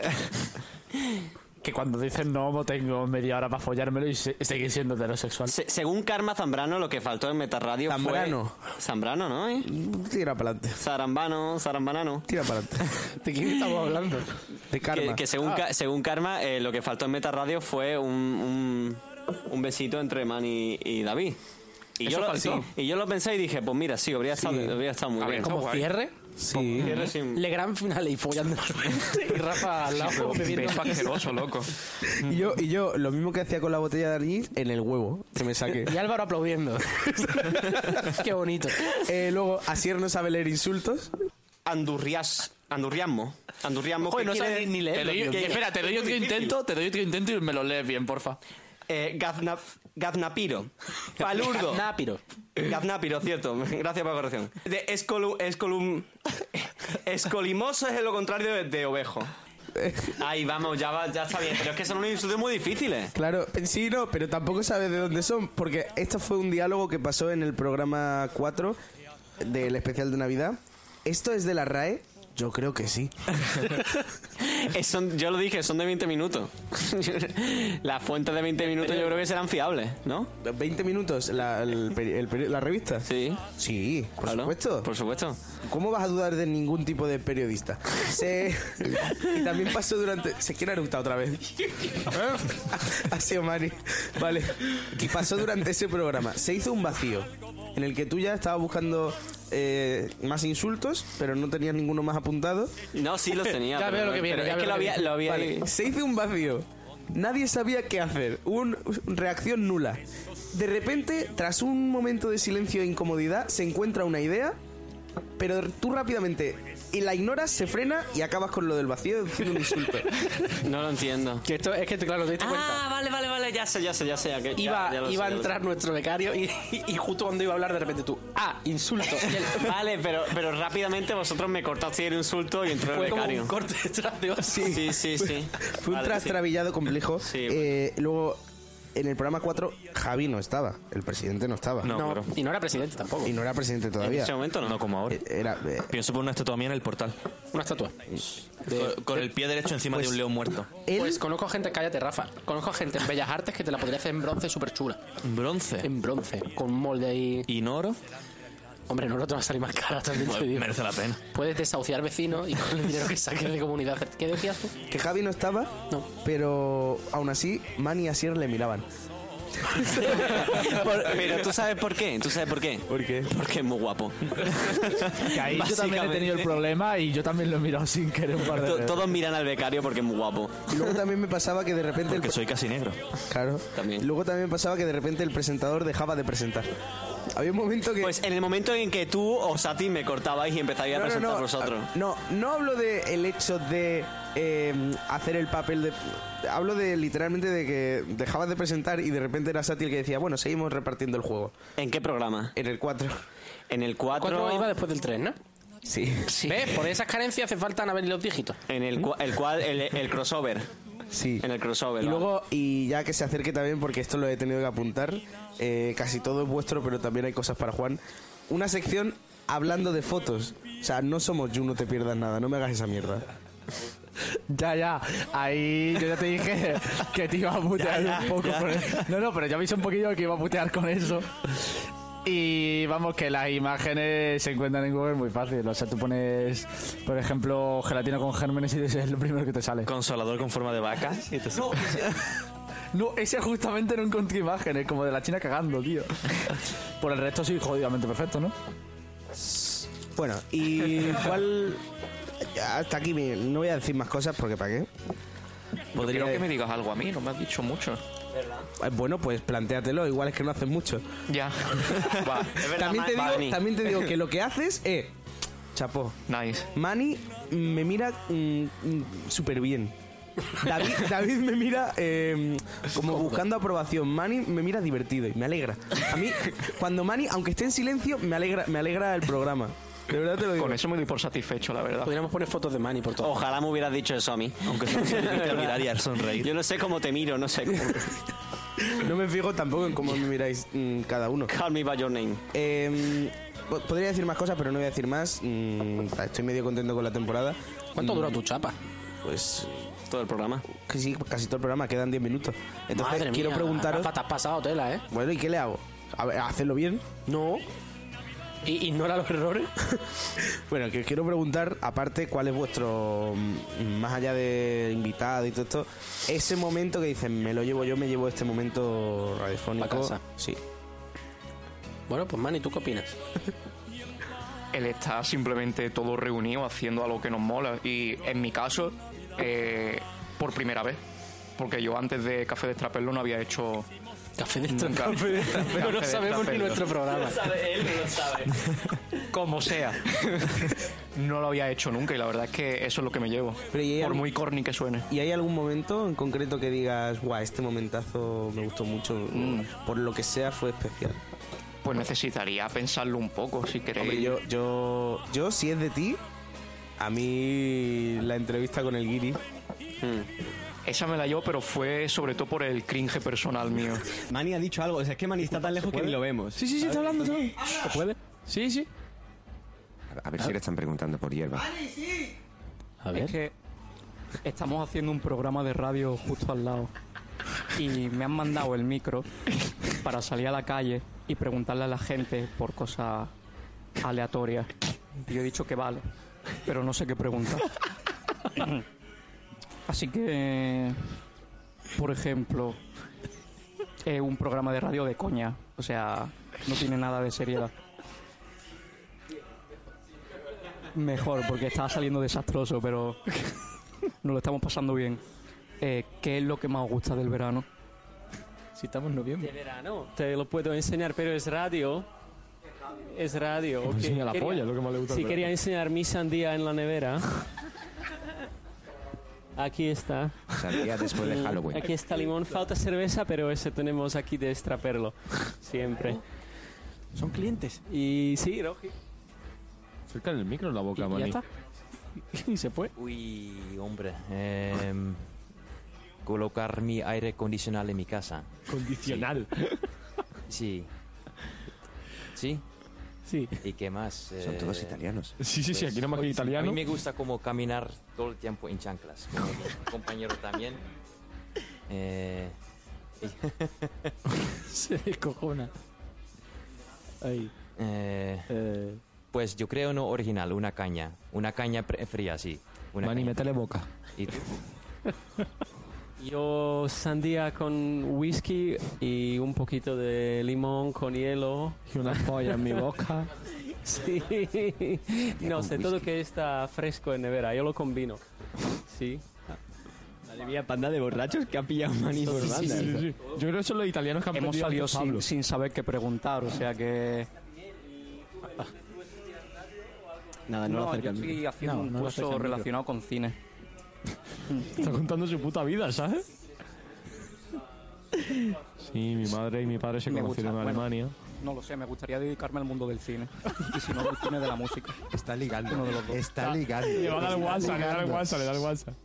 Speaker 7: que cuando dicen no homo tengo media hora para follármelo y se- seguir siendo heterosexual.
Speaker 2: Se- según Karma Zambrano, lo que faltó en Metarradio
Speaker 7: Zambrano.
Speaker 2: fue... Zambrano. ¿no? eh?
Speaker 3: Tira para adelante.
Speaker 2: Zarambano, zarambanano.
Speaker 3: Tira para adelante.
Speaker 4: ¿De quién estamos hablando?
Speaker 3: De
Speaker 2: Que,
Speaker 3: Karma.
Speaker 2: que según, Ca- según Karma, eh, lo que faltó en Meta Radio fue un, un, un besito entre Manny y, David. Y
Speaker 4: Eso
Speaker 2: yo, lo,
Speaker 4: faltó.
Speaker 2: sí, y yo lo pensé y dije, pues mira, sí, habría, Estado, habría estado muy bien.
Speaker 4: Como cierre.
Speaker 3: Sí.
Speaker 2: Cierre sin-
Speaker 4: Le gran finale y follando de repente, y Rafa al
Speaker 5: Sí, pero
Speaker 4: lado
Speaker 5: un
Speaker 4: bebiendo.
Speaker 5: beso asqueroso, loco.
Speaker 3: Y yo, y yo, lo mismo que hacía con la botella de anís, en el huevo, que me saqué.
Speaker 4: Y Álvaro aplaudiendo. Qué bonito.
Speaker 3: Eh, luego, Asier no sabe leer insultos.
Speaker 2: Andurrias, andurriasmo. Andurriasmo.
Speaker 3: Joder,
Speaker 2: que
Speaker 3: no
Speaker 2: quiere-
Speaker 3: sabe ni
Speaker 7: Te doy- que- espera, te doy otro intento, te doy otro intento y me lo lees bien, porfa.
Speaker 2: Eh, gazna- gaznapiro. Palurdo.
Speaker 4: Gaznapiro.
Speaker 2: Gaznapiro, cierto. Gracias por la corrección. De escolu- escolum- escolimoso es lo contrario de, de ovejo. Ahí vamos, ya, va- ya está bien. Pero es que son unos insultos muy difíciles.
Speaker 3: Claro, sí, no, pero tampoco sabe de dónde son, porque esto fue un diálogo que pasó en el programa 4 del especial de Navidad. ¿Esto es de la RAE? Yo creo que sí.
Speaker 6: Eh, son- yo lo dije, son de 20 minutos. Las fuentes de 20 minutos yo creo que serán fiables, ¿no?
Speaker 3: ¿20 minutos? ¿La, el peri- el peri- la revista?
Speaker 6: Sí.
Speaker 3: Sí, por supuesto. Por
Speaker 6: supuesto.
Speaker 3: ¿Cómo vas a dudar de ningún tipo de periodista? Se... y también pasó durante... Se quiere eructar otra vez. ¿Eh? Ha sido Mari. Vale. Y pasó durante ese programa. Se hizo un vacío en el que tú ya estabas buscando eh, más insultos, pero no tenías ninguno más apuntado.
Speaker 6: No, sí los tenía. pero- pero es que lo había... Lo había
Speaker 3: Vale, se hizo un vacío. Nadie sabía qué hacer. Hubo un- reacción nula. De repente, tras un momento de silencio e incomodidad, se encuentra una idea, pero tú rápidamente y la ignoras, se frena y acabas con lo del vacío diciendo un insulto.
Speaker 6: No lo entiendo.
Speaker 4: Que esto es que, claro, te diste cuenta.
Speaker 6: Ah, vale, vale, vale, ya sé, ya sé, ya sé. ya que- ya-
Speaker 4: Iba,
Speaker 6: ya lo
Speaker 4: iba a
Speaker 6: sé, ya lo
Speaker 4: entrar nuestro becario y, y justo cuando iba a hablar de repente tú, ah, insulto. Y él,
Speaker 6: sé. Vale, pero, pero rápidamente vosotros me cortasteis el insulto y entró el
Speaker 4: Fue como
Speaker 6: becario.
Speaker 4: un corte detrás de otro.
Speaker 6: Sí, sí, sí.
Speaker 3: Fue un
Speaker 6: Vale, sí.
Speaker 3: trastrabillado complejo. Eh, luego, en el programa 4, Javi no estaba. El presidente no estaba.
Speaker 21: No, No, claro.
Speaker 4: y no era presidente tampoco.
Speaker 3: Y no era presidente todavía. Eh,
Speaker 6: momento no.
Speaker 21: como ahora.
Speaker 6: Pienso por una estatua mía en el portal.
Speaker 4: Una estatua.
Speaker 21: con, con el pie derecho encima de un león muerto.
Speaker 4: Pues conozco gente, cállate, Rafa. Conozco gente en Bellas Artes que te la podría hacer en bronce súper chula.
Speaker 21: ¿En bronce?
Speaker 4: En bronce, con molde y.
Speaker 21: ¿Y en oro?
Speaker 4: Hombre, en oro te va a salir más cara también, te
Speaker 21: Bueno,
Speaker 4: digo.
Speaker 21: merece la pena.
Speaker 4: Puedes desahuciar vecinos y con el dinero que saques de comunidad. ¿Qué decías tú?
Speaker 3: Que Javi no estaba, pero aún así, Manny y Asier le miraban.
Speaker 6: Por- pero tú sabes por qué, tú sabes por qué.
Speaker 3: ¿Por qué?
Speaker 6: Porque es muy guapo.
Speaker 7: Que ahí yo también he tenido el problema y yo también lo he mirado sin querer un par de
Speaker 6: To-
Speaker 7: veces.
Speaker 6: Todos miran al becario porque es muy guapo.
Speaker 3: Y luego también me pasaba que de repente.
Speaker 6: Porque soy casi negro.
Speaker 3: Claro.
Speaker 6: También.
Speaker 3: Luego también me pasaba que de repente el presentador dejaba de presentar. Había un momento que.
Speaker 6: Pues en el momento en que tú o Sati me cortabais y empezabais a presentar vosotros.
Speaker 3: No, no hablo de el hecho de eh, hacer el papel de. Hablo de literalmente de que dejabas de presentar y de repente era Sati el que decía, bueno, seguimos repartiendo el juego.
Speaker 6: ¿En qué programa?
Speaker 3: En el 4.
Speaker 6: En el 4.
Speaker 4: Cuatro iba después del 3, ¿no?
Speaker 3: Sí.
Speaker 4: ¿Ves? Por esas carencias hace falta haber los dígitos.
Speaker 6: En el, cua- el, cual- el, el crossover.
Speaker 3: Sí.
Speaker 6: En el crossover.
Speaker 3: Y
Speaker 6: ¿no?
Speaker 3: luego, y ya que se acerque también, porque esto lo he tenido que apuntar, eh, casi todo es vuestro, pero también hay cosas para Juan. Una sección hablando de fotos. O sea, no somos You, no te pierdas nada, no me hagas esa mierda.
Speaker 7: Ya, ya. Ahí yo ya te dije que te iba a putear
Speaker 3: Ya, ya,
Speaker 7: un poco.
Speaker 3: ya.
Speaker 7: por eso. No, no, pero ya veis un poquillo que iba a putear con eso. Y vamos, que las imágenes se encuentran en Google muy fácil. O sea, tú pones, por ejemplo, gelatina con gérmenes y ese es lo primero que te sale.
Speaker 21: Consolador con forma de vaca. Y te-
Speaker 7: No, ese justamente no encontré imágenes, como de la China cagando, tío. Por el resto sí, jodidamente perfecto, ¿no?
Speaker 3: Bueno, y cuál. Hasta aquí mi- no voy a decir más cosas porque para qué.
Speaker 5: Podría que me digas algo a mí, no me has dicho mucho.
Speaker 3: Eh, Bueno, pues plantéatelo, igual es que no haces mucho.
Speaker 5: Ya.
Speaker 3: también, te digo, también te digo que lo que haces es. Chapo.
Speaker 5: Nice.
Speaker 3: Manny mm, me mira mm, mm, súper bien. David, David me mira eh, como buscando aprobación. Manny me mira divertido y me alegra. A mí, cuando Manny, aunque esté en silencio, me alegra, me alegra el programa. De verdad te lo digo.
Speaker 5: Con eso me doy por satisfecho, la verdad.
Speaker 4: Podríamos poner fotos de Manny por todo.
Speaker 6: Ojalá me hubieras dicho eso a mí. Aunque
Speaker 21: mirar y al sonreír.
Speaker 6: Yo no sé cómo te miro, no sé cómo.
Speaker 3: No me fijo tampoco en cómo me miráis mm, cada uno.
Speaker 6: Call me by your name.
Speaker 3: Eh, po- podría decir más cosas, pero no voy a decir más. Mm, estoy medio contento con la temporada.
Speaker 4: ¿Cuánto
Speaker 3: Mm,
Speaker 4: duró tu chapa?
Speaker 3: Pues.
Speaker 6: Todo el programa.
Speaker 3: Que sí, casi todo el programa, quedan 10 minutos. Entonces,
Speaker 4: Madre
Speaker 3: quiero
Speaker 4: mía,
Speaker 3: preguntaros.
Speaker 4: Rafa, te has pasado tela, ¿eh?
Speaker 3: Bueno, ¿y qué le hago? A ver, ¿hacerlo bien?
Speaker 4: No. ¿Y ignora los errores?
Speaker 3: bueno, que os quiero preguntar, aparte, cuál es vuestro. mm, Más allá de invitado y todo esto, ese momento que dicen, me lo llevo yo, me llevo este momento radiofónico.
Speaker 4: Pa' casa.
Speaker 3: Sí.
Speaker 4: Bueno, pues Manny, ¿tú qué opinas?
Speaker 5: él está simplemente todo reunido haciendo algo que nos mola. Y en mi caso, eh, por primera vez. Porque yo antes de Café de Estrapello no había hecho.
Speaker 4: Café de
Speaker 5: Estrapello.
Speaker 4: Pero no sabemos ni nuestro programa.
Speaker 5: Como sea. No lo había hecho nunca y la verdad es que eso es lo que me llevo.
Speaker 3: y
Speaker 5: por
Speaker 3: algo-
Speaker 5: muy corny que suene.
Speaker 3: ¿Y hay algún momento en concreto que digas, guau, este momentazo me gustó mucho, o por lo que sea fue especial?
Speaker 5: Pues necesitaría pensarlo un poco, si queréis.
Speaker 3: Hombre, yo, yo, yo, si es de ti, a mí la entrevista con el Guiri.
Speaker 5: Esa me la llevo, pero fue sobre todo por el cringe personal mío.
Speaker 6: Mani ha dicho algo, o sea, es que Mani está tan lejos que ni lo vemos.
Speaker 7: Sí, sí, sí, está hablando. ¿Se puede? Sí, sí.
Speaker 22: A ver si le están preguntando por hierba.
Speaker 4: A ver.
Speaker 22: Es que
Speaker 5: Estamos haciendo un programa de radio justo al lado. Y me han mandado el micro para salir a la calle y preguntarle a la gente por cosas aleatorias. Y Yo he dicho que vale, pero no sé qué preguntar. Así que, por ejemplo, es un programa de radio de coña. O sea, no tiene nada de seriedad. Mejor, porque estaba saliendo desastroso, pero nos lo estamos pasando bien. Eh, ¿Qué es lo que más os gusta del verano? Si estamos en noviembre.
Speaker 2: verano. Te lo puedo enseñar, pero es radio. Es radio.
Speaker 5: Que me
Speaker 2: ok.
Speaker 5: enseña la polla, lo que más le gusta al
Speaker 2: Sí,
Speaker 5: verano.
Speaker 2: quería enseñar mi sandía en la nevera. Aquí está.
Speaker 23: Sandía después de
Speaker 2: Mm,
Speaker 23: Halloween.
Speaker 2: Aquí está limón. Falta cerveza, pero ese tenemos aquí de extraperlo. Siempre.
Speaker 5: Son clientes.
Speaker 2: Y sí, Roji.
Speaker 6: Cerca el micro en la boca,
Speaker 2: Y ya
Speaker 6: maní.
Speaker 2: está. Y se fue.
Speaker 23: Uy, hombre. em, colocar mi aire condicional en mi casa.
Speaker 6: Condicional.
Speaker 23: Sí. ¿Sí?
Speaker 5: Sí.
Speaker 23: ¿Y qué más? Eh, pues,
Speaker 6: Son todos italianos.
Speaker 23: Sí,
Speaker 6: sí, sí, aquí nada más que italiano.
Speaker 23: A mí me gusta como caminar todo el tiempo en chanclas. Como mi compañero también. Eh,
Speaker 5: Se descojona. Ahí.
Speaker 23: eh, Pues yo creo no original, una caña. Una caña pre- fría, sí. Una
Speaker 5: Mani,
Speaker 23: caña.
Speaker 5: métele boca.
Speaker 23: ¿Y tú?
Speaker 2: Yo sandía con whisky y un poquito de limón con hielo.
Speaker 5: Y una polla en mi boca.
Speaker 2: Sí. No sé, todo que está fresco en nevera. Yo lo combino. Sí.
Speaker 5: Madre mía, panda de borrachos que ha pillado Mani
Speaker 2: por banda, eso.
Speaker 5: Yo creo que son los italianos
Speaker 2: que han
Speaker 5: Hemos
Speaker 2: aprendido
Speaker 5: salido
Speaker 2: antes,
Speaker 5: sin,
Speaker 2: Pablo.
Speaker 5: sin saber qué preguntar, o sea que...
Speaker 2: Nada, Ah, no lo acerca
Speaker 5: yo
Speaker 2: el micro.
Speaker 5: estoy haciendo
Speaker 2: No,
Speaker 5: un
Speaker 2: no lo acerca el
Speaker 5: curso
Speaker 2: micro.
Speaker 5: relacionado con cine.
Speaker 7: Está contando su puta vida, ¿sabes? Sí, mi madre y mi padre se
Speaker 5: Me
Speaker 7: conocieron en
Speaker 5: gusta, bueno.
Speaker 7: Alemania.
Speaker 5: No lo sé, me gustaría dedicarme al mundo del cine. Y si no, del cine de la música.
Speaker 23: Está ligando.
Speaker 5: Está ligando.
Speaker 7: Le va a dar WhatsApp, le va a dar WhatsApp, le da el WhatsApp.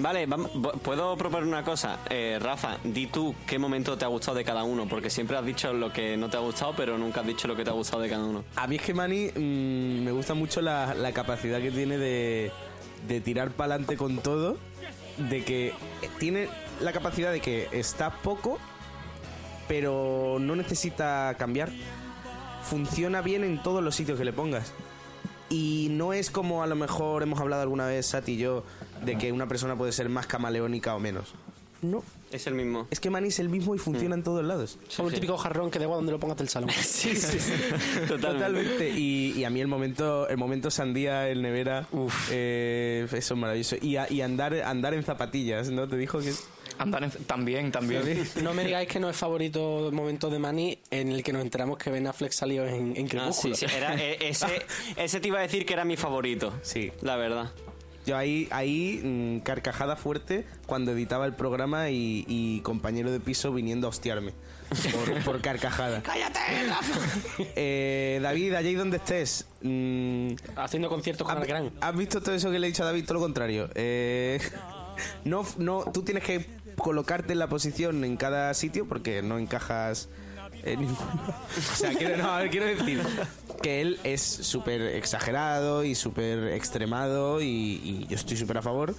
Speaker 24: Vale, vam- vo- puedo proponer una cosa. Eh, Rafa, di tú qué momento te ha gustado de cada uno, porque siempre has dicho lo que no te ha gustado, pero nunca has dicho lo que te ha gustado de cada uno.
Speaker 3: A mí es que Mani mm, me gusta mucho la, la capacidad que tiene de, de tirar para adelante con todo, de que tiene la capacidad de que está poco, pero no necesita cambiar. Funciona bien en todos los sitios que le pongas. Y no es como a lo mejor hemos hablado alguna vez, Sati y yo, de que una persona puede ser más camaleónica o menos. No.
Speaker 24: Es el mismo.
Speaker 3: Es que Mani es el mismo y funciona en todos lados.
Speaker 4: Como el típico jarrón que da igual donde lo pongas del salón.
Speaker 24: sí, sí, sí.
Speaker 3: Totalmente. Y, y a mí el momento, el momento sandía, el nevera, eh, eso es maravilloso. Y, a- y andar, andar en zapatillas, ¿no? Te dijo que...
Speaker 25: Andar también, también.
Speaker 4: No me digáis que no es favorito el momento de Manny en el que nos enteramos que Ben Affleck salió en, en
Speaker 24: Ah, sí,
Speaker 4: Crepúsculo.
Speaker 24: sí, era- eh, ese, ese te iba a decir que era mi favorito.
Speaker 3: Sí.
Speaker 24: La verdad.
Speaker 3: Yo ahí, ahí mm, carcajada fuerte cuando editaba el programa y, y compañero de piso viniendo a hostiarme por, por carcajada. ¡Cállate! Eh, David, allí donde estés. mm,
Speaker 4: Haciendo conciertos con
Speaker 2: Ah,
Speaker 3: ¿has,
Speaker 4: Algrán.
Speaker 3: ¿Has visto todo eso que le he dicho a David? Todo lo contrario. Eh, no, no, tú tienes que colocarte en la posición en cada sitio porque no encajas en ninguno. O sea, quiero, no, a ver, quiero decir que él es súper exagerado y súper extremado y, y yo estoy súper a favor.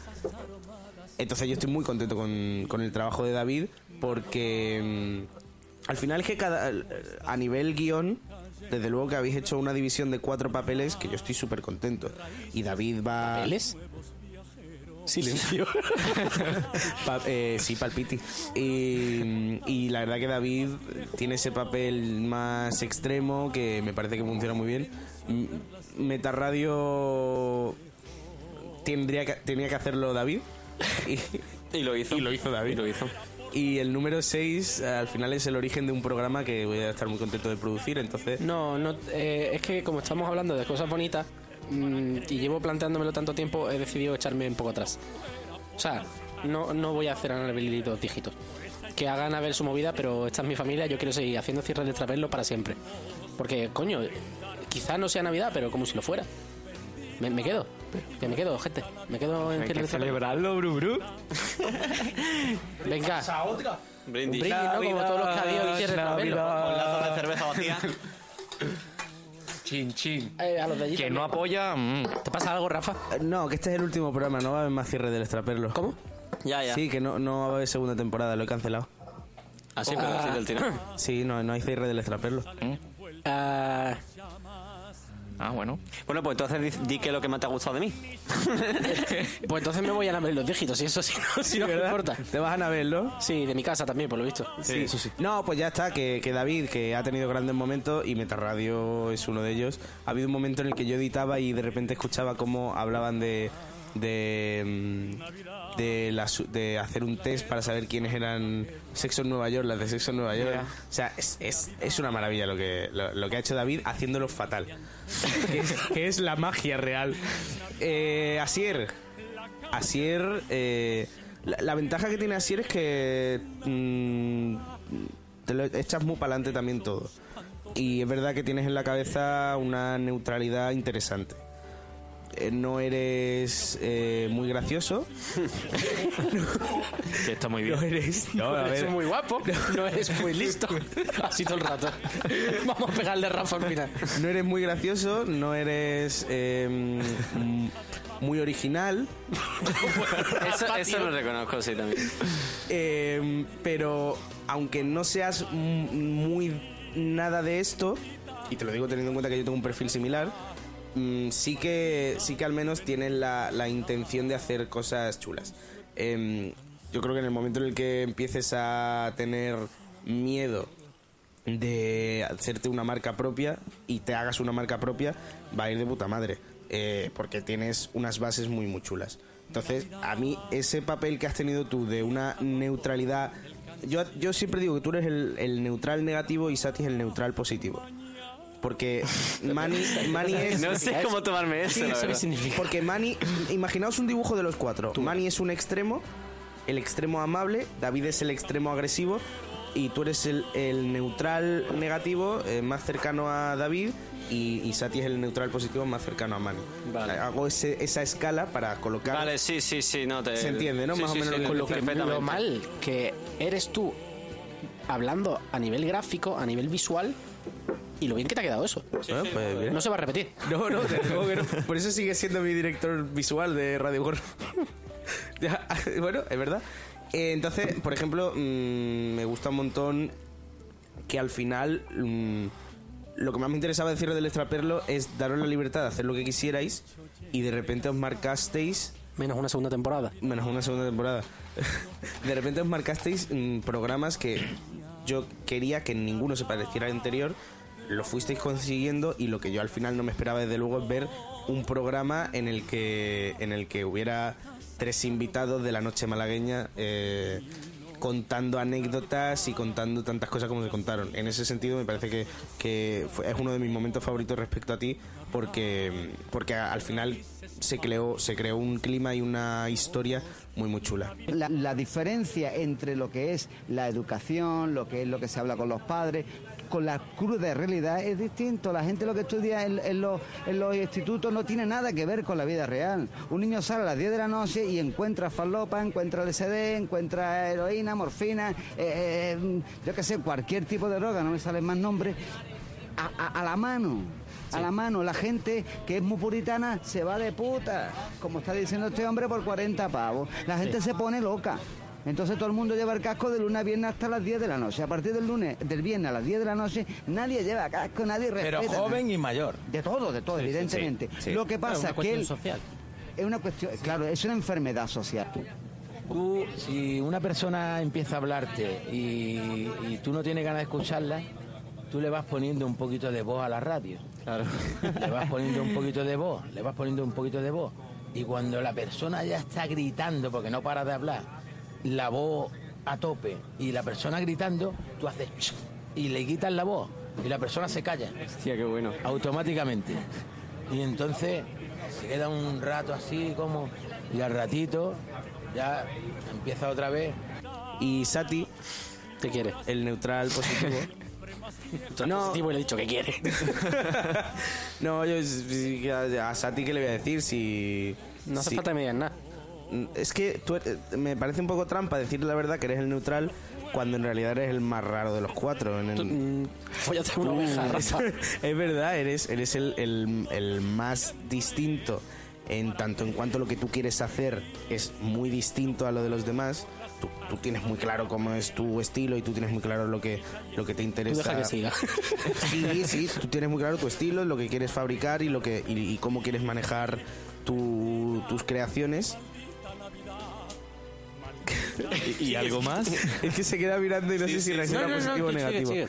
Speaker 3: Entonces yo estoy muy contento con, con el trabajo de David porque mm, al final es que cada, a nivel guión, desde luego que habéis hecho una división de cuatro papeles que yo estoy súper contento. Y David va... ¿Papeles? Silencio. eh, sí, palpiti. Y, y la verdad que David tiene ese papel más extremo que me parece que funciona muy bien. M- Metarradio tendría que, tenía que hacerlo David. Y,
Speaker 24: lo hizo.
Speaker 3: Y lo hizo David. Y
Speaker 24: lo hizo.
Speaker 3: Y el número 6 al final es el origen de un programa que voy a estar muy contento de producir, entonces...
Speaker 4: No, no, eh, es que como estamos hablando de cosas bonitas mm, y llevo planteándomelo tanto tiempo, he decidido echarme un poco atrás. O sea, no, no voy a hacer Anabel dos dígitos. Que hagan a ver su movida, pero esta es mi familia, yo quiero seguir haciendo cierres de trapelo para siempre. Porque, coño, quizás no sea Navidad, pero como si lo fuera. Me, me quedo, que me quedo, gente. Me quedo en
Speaker 25: Hay
Speaker 4: cierres
Speaker 25: que
Speaker 4: de trapelo.
Speaker 25: celebrarlo, bru, bru.
Speaker 4: Venga.
Speaker 24: Un
Speaker 4: Un brindis, ¿no? Como todos los que ha habido de cierre de trapelo.
Speaker 24: Con latas de cerveza vacía.
Speaker 5: Chin, chin.
Speaker 4: Eh, a los de allí
Speaker 5: Que
Speaker 4: también.
Speaker 5: no apoya.
Speaker 21: mm.
Speaker 4: ¿Te pasa algo, Rafa?
Speaker 3: No, que este es el último programa, no va a haber más cierre del extraperlo. ¿Cómo?
Speaker 2: Ya, ya.
Speaker 3: Sí, que no, no va a haber segunda temporada, lo he cancelado.
Speaker 2: Ah, sí, pero sí del tirón.
Speaker 3: Sí, no, no hay cierre del extraperlo.
Speaker 5: Ah, bueno.
Speaker 2: Bueno, pues entonces di, di que lo que más te ha gustado de mí.
Speaker 4: Pues entonces me voy a lamer los dígitos y eso sí, no, sí, no me importa.
Speaker 3: ¿Te vas a verlo?
Speaker 4: Sí, de mi casa también, por lo visto.
Speaker 3: No, pues ya está, que, que David, que ha tenido grandes momentos, y Metarradio es uno de ellos, ha habido un momento en el que yo editaba y de repente escuchaba cómo hablaban de... De, mm, de, la su- de hacer un test para saber quiénes eran Sexo en Nueva York, las de Sexo en Nueva York.
Speaker 5: Ya.
Speaker 3: O sea, es, es- es una maravilla lo que, lo, lo que ha hecho David haciéndolo fatal. que, es, que es la magia real. Eh, Asier, Asier, eh, la, la ventaja que tiene Asier es que mm, te lo echas muy para adelante también todo. Y es verdad que tienes en la cabeza una neutralidad interesante. Eh, no eres eh, muy gracioso.
Speaker 21: Que está muy bien.
Speaker 3: No eres, no, a ver.
Speaker 4: muy guapo, no eres muy listo. Así todo el rato. Vamos a pegarle a Rafa al final.
Speaker 3: No eres muy gracioso, no eres eh, mm, muy original. Ah,
Speaker 2: Eso, eso lo reconozco, sí, también.
Speaker 3: Eh, pero aunque no seas m- muy nada de esto, y te lo digo teniendo en cuenta que yo tengo un perfil similar, mm, sí que sí que al menos tienes la, la intención de hacer cosas chulas. Em, yo creo que en el momento en el que empieces a tener miedo de hacerte una marca propia y te hagas una marca propia, va a ir de puta madre. eh, porque tienes unas bases muy, muy chulas. Entonces, a mí, ese papel que has tenido tú de una neutralidad. Yo, yo siempre digo que tú eres el, el neutral negativo y Sati es el neutral positivo. Porque Manny, Manny es.
Speaker 2: No sé cómo tomarme eso, la verdad.
Speaker 3: Porque Manny. Imaginaos un dibujo de los cuatro. Manny es un extremo, el extremo amable, David es el extremo agresivo y tú eres el, el neutral negativo eh, más cercano a David y, y Sati es el neutral positivo más cercano a Manny. Hago ese- esa escala para colocar...
Speaker 2: Vale, sí, sí, sí, no te...
Speaker 3: Se entiende, ¿no?
Speaker 2: Sí,
Speaker 3: Más o
Speaker 2: sí,
Speaker 3: menos
Speaker 2: sí,
Speaker 3: lo que-
Speaker 4: Lo, que,
Speaker 2: perfectamente.
Speaker 4: lo mal que eres tú hablando a nivel gráfico, a nivel visual, y lo bien que te ha quedado eso.
Speaker 3: Pues
Speaker 4: No se va a repetir.
Speaker 3: No, no, desde luego que no. Por eso sigue siendo mi director visual de Radio Gorro. Ya, bueno, es verdad. Eh, entonces, por ejemplo, mm, me gusta un montón que al final mm, lo que más me interesaba decir del extraperlo es daros la libertad de hacer lo que quisierais y de repente os marcasteis
Speaker 4: menos una segunda temporada
Speaker 3: menos una segunda temporada de repente os marcasteis mm, programas que yo quería que ninguno se pareciera al anterior lo fuisteis consiguiendo y lo que yo al final no me esperaba desde luego es ver un programa en el que en el que hubiera tres invitados de la noche malagueña eh, contando anécdotas y contando tantas cosas como se contaron. En ese sentido me parece que, que fue- es uno de mis momentos favoritos respecto a ti porque, porque a- al final se creó, se creó un clima y una historia muy muy chula.
Speaker 20: La, la diferencia entre lo que es la educación, lo que es lo que se habla con los padres, con la cruda realidad es distinto. La gente lo que estudia en, en los, en los institutos no tiene nada que ver con la vida real. Un niño sale a las 10 de la noche y encuentra falopa, encuentra LSD, encuentra heroína, morfina, eh, eh, yo qué sé, cualquier tipo de droga, no me salen más nombres, a, a- a la mano. A la mano, la gente que es muy puritana se va de puta, como está diciendo este hombre, por 40 pavos. La gente Sí. se pone loca. Entonces todo el mundo lleva el casco de lunes a viernes hasta las 10 de la noche. A partir del lunes, del viernes a las 10 de la noche, nadie lleva casco, nadie respeta.
Speaker 12: Pero joven
Speaker 20: nada.
Speaker 12: y mayor.
Speaker 20: De todo, de todo,
Speaker 12: Sí, sí,
Speaker 20: evidentemente.
Speaker 12: sí, sí.
Speaker 20: Lo que
Speaker 12: Claro,
Speaker 20: pasa
Speaker 12: una
Speaker 20: es que
Speaker 12: cuestión
Speaker 20: él-
Speaker 12: social.
Speaker 20: es una cuestión, claro, es una enfermedad social.
Speaker 12: Tú, si una persona empieza a hablarte y, y tú no tienes ganas de escucharla, tú le vas poniendo un poquito de voz a la radio. Claro. Le vas poniendo un poquito de voz, le vas poniendo un poquito de voz. Y cuando la persona ya está gritando, porque no para de hablar, la voz a tope y la persona gritando, tú haces ch- y le quitas la voz y la persona se calla.
Speaker 2: Hostia, qué bueno.
Speaker 12: automáticamente. Y entonces se queda un rato así como y al ratito ya empieza otra vez.
Speaker 3: Y Sati,
Speaker 4: te quiere.
Speaker 3: El neutral positivo.
Speaker 4: No. Positivo y le he dicho que quiere.
Speaker 3: no, yo a, a Sati que le voy a decir si
Speaker 4: No hace
Speaker 3: si-
Speaker 4: falta que me digas nada.
Speaker 3: mm, es que tú eres- me parece un poco trampa decir la verdad que eres el neutral cuando en realidad eres el más raro de los cuatro. En el-
Speaker 4: mm,
Speaker 3: Mm.
Speaker 4: Follate una oveja, Rafa.
Speaker 3: es verdad, eres, eres el, el- el más distinto en tanto en cuanto lo que tú quieres hacer es muy distinto a lo de los demás. Tú, tú tienes muy claro cómo es tu estilo y tú tienes muy claro lo que, lo que te interesa.
Speaker 4: deja que siga.
Speaker 3: sí, sí, tú tienes muy claro tu estilo, lo que quieres fabricar y, lo que, y, y cómo quieres manejar tu- tus creaciones.
Speaker 21: ¿Y algo más?
Speaker 3: Es que se queda mirando y no
Speaker 21: Sí,
Speaker 3: sé
Speaker 21: sí,
Speaker 3: si
Speaker 21: sí.
Speaker 3: reacciona
Speaker 21: No, no, no,
Speaker 3: positivo o
Speaker 21: tú sigue,
Speaker 3: negativo.
Speaker 21: sigue.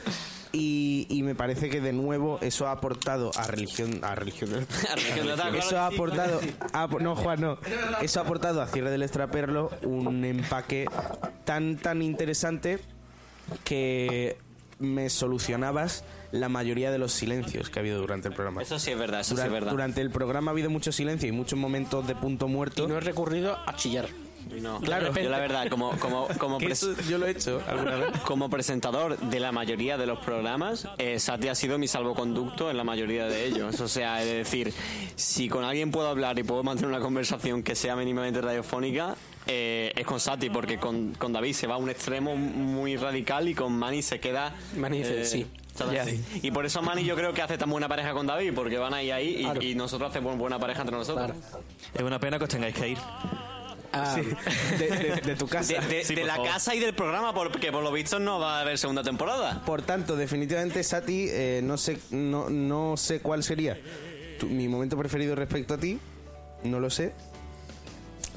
Speaker 3: Y, y me parece que de nuevo eso ha aportado a religión a religión del-
Speaker 21: religión del ataque,
Speaker 3: eso
Speaker 21: claro que
Speaker 3: ha
Speaker 21: Ah, sí,
Speaker 3: aportado
Speaker 21: claro
Speaker 3: a- no Juan no eso ha aportado a cierre del extraperlo un empaque tan tan interesante que me solucionabas la mayoría de los silencios que ha habido durante el programa
Speaker 2: Eso sí es verdad, eso sí
Speaker 3: Dura-
Speaker 2: es verdad.
Speaker 3: durante el programa ha habido mucho silencio y muchos momentos de punto muerto y no
Speaker 4: he recurrido a chillar
Speaker 2: No,
Speaker 3: Claro.
Speaker 2: yo la verdad, como, como, como
Speaker 3: Que eso yo lo he hecho alguna vez.
Speaker 2: Como presentador de la mayoría de los programas, eh, Sati ha sido mi salvoconducto en la mayoría de ellos. O sea, es decir, si con alguien puedo hablar y puedo mantener una conversación que sea mínimamente radiofónica, eh, es con Sati, porque con, con David se va a un extremo muy radical y con Manny se queda. eh,
Speaker 4: Manny dice, sí.
Speaker 2: ¿sabes?
Speaker 4: Ya.
Speaker 2: Sí. Y por eso Manny yo creo que hace tan buena pareja con David, porque van ahí ahí y,
Speaker 4: Claro.
Speaker 2: y nosotros hacemos buena pareja entre nosotros.
Speaker 21: Es una pena que os tengáis que ir.
Speaker 4: Ah,
Speaker 3: de, de- de tu casa
Speaker 2: De, de-
Speaker 21: Sí,
Speaker 2: de
Speaker 21: por
Speaker 2: la
Speaker 21: favor.
Speaker 2: casa y del programa, porque por lo visto no va a haber segunda temporada.
Speaker 3: Por tanto, definitivamente, Sati, eh, no, sé, no, no sé cuál sería tu- mi momento preferido respecto a ti. No lo sé.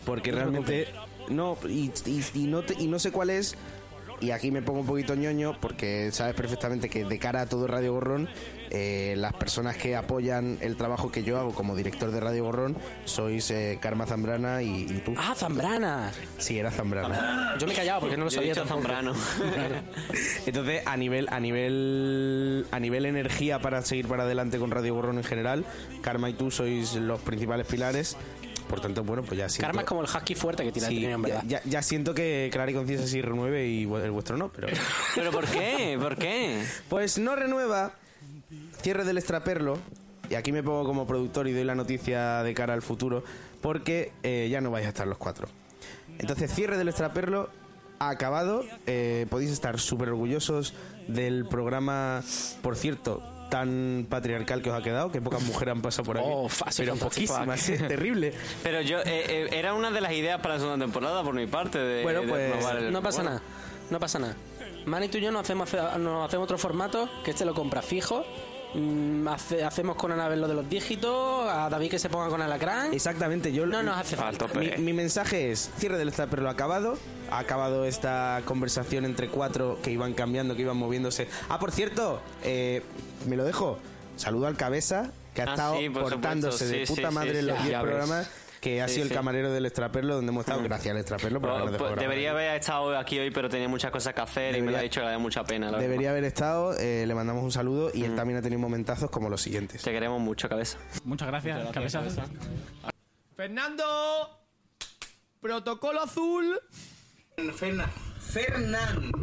Speaker 3: Porque
Speaker 21: No te
Speaker 3: realmente. No, y, y- y no te- y no sé cuál es. Y aquí me pongo un poquito ñoño porque sabes perfectamente que de cara a todo Radio Gorrón, eh, las personas que apoyan el trabajo que yo hago como director de Radio Gorrón sois eh, Karma Zambrana y, y tú.
Speaker 4: ¡Ah, Zambrana!
Speaker 3: Sí, era Zambrana.
Speaker 4: Yo me he callado porque no lo
Speaker 2: Yo
Speaker 4: sabía
Speaker 2: he dicho
Speaker 4: tampoco.
Speaker 2: Zambrano.
Speaker 3: Entonces, a nivel, a nivel, a nivel energía para seguir para adelante con Radio Gorrón en general, Karma y tú sois los principales pilares. Por tanto, bueno, pues ya siento.
Speaker 4: Karma es como el husky fuerte que tiene
Speaker 3: Sí,
Speaker 4: la en
Speaker 3: ya,
Speaker 4: verdad.
Speaker 3: ya- ya siento que Clara y Conciencia sí renueve y vu- el vuestro no, pero.
Speaker 2: ¿Pero por qué? ¿Por qué?
Speaker 3: Pues no renueva. Cierre del extraperlo. Y aquí me pongo como productor y doy la noticia de cara al futuro. Porque eh, ya no vais a estar los cuatro. Entonces, cierre del extraperlo ha acabado. Eh, podéis estar súper orgullosos del programa, por cierto, tan patriarcal que os ha quedado. Que pocas mujeres han pasado por aquí.
Speaker 4: Oh, fácil,
Speaker 3: pero
Speaker 4: fantastic
Speaker 3: poquísimas.
Speaker 4: fuck.
Speaker 3: Es terrible.
Speaker 2: Pero yo, eh, eh, era una de las ideas para la segunda temporada por mi parte. De,
Speaker 4: Eh,
Speaker 3: Bueno,
Speaker 2: de
Speaker 3: pues,
Speaker 2: probar el-
Speaker 4: No pasa
Speaker 2: bueno.
Speaker 4: nada, no pasa nada. Manny, tú y yo nos hacemos, nos hacemos otro formato, que este lo compra fijo. Mm, hace- hacemos con Anabel lo de los dígitos, a David que se ponga con Alacrán.
Speaker 3: Exactamente, yo
Speaker 4: No nos hace falta.
Speaker 3: Mi,
Speaker 2: eh.
Speaker 3: mi mensaje es, cierre del extra, pero lo ha acabado. Ha acabado esta conversación entre cuatro que iban cambiando, que iban moviéndose. Ah, por cierto, eh, me lo dejo. Saludo al cabeza, que ha
Speaker 2: Ah,
Speaker 3: estado
Speaker 2: sí, por
Speaker 3: portándose
Speaker 2: supuesto,
Speaker 3: de
Speaker 2: sí,
Speaker 3: puta
Speaker 2: sí,
Speaker 3: madre
Speaker 2: sí,
Speaker 3: en los
Speaker 2: sí.
Speaker 3: 10
Speaker 2: Ya ves.
Speaker 3: programas, que ha
Speaker 2: Sí,
Speaker 3: sido
Speaker 2: sí.
Speaker 3: el camarero del extraperlo, donde hemos estado. Gracias al extraperlo por
Speaker 2: Po-
Speaker 3: habernos
Speaker 2: po-
Speaker 3: dejado grabar.
Speaker 2: Pues, debería haber estado aquí hoy, pero tenía muchas cosas que hacer y me lo ha dicho que le da mucha pena. la
Speaker 3: Debería
Speaker 2: verdad.
Speaker 3: haber estado, eh, le mandamos un saludo y
Speaker 2: Mm.
Speaker 3: él también ha tenido momentazos como los siguientes.
Speaker 2: Te queremos mucho, cabeza.
Speaker 13: Muchas gracias, cabeza.
Speaker 9: Fernando. Protocolo azul. Fernán.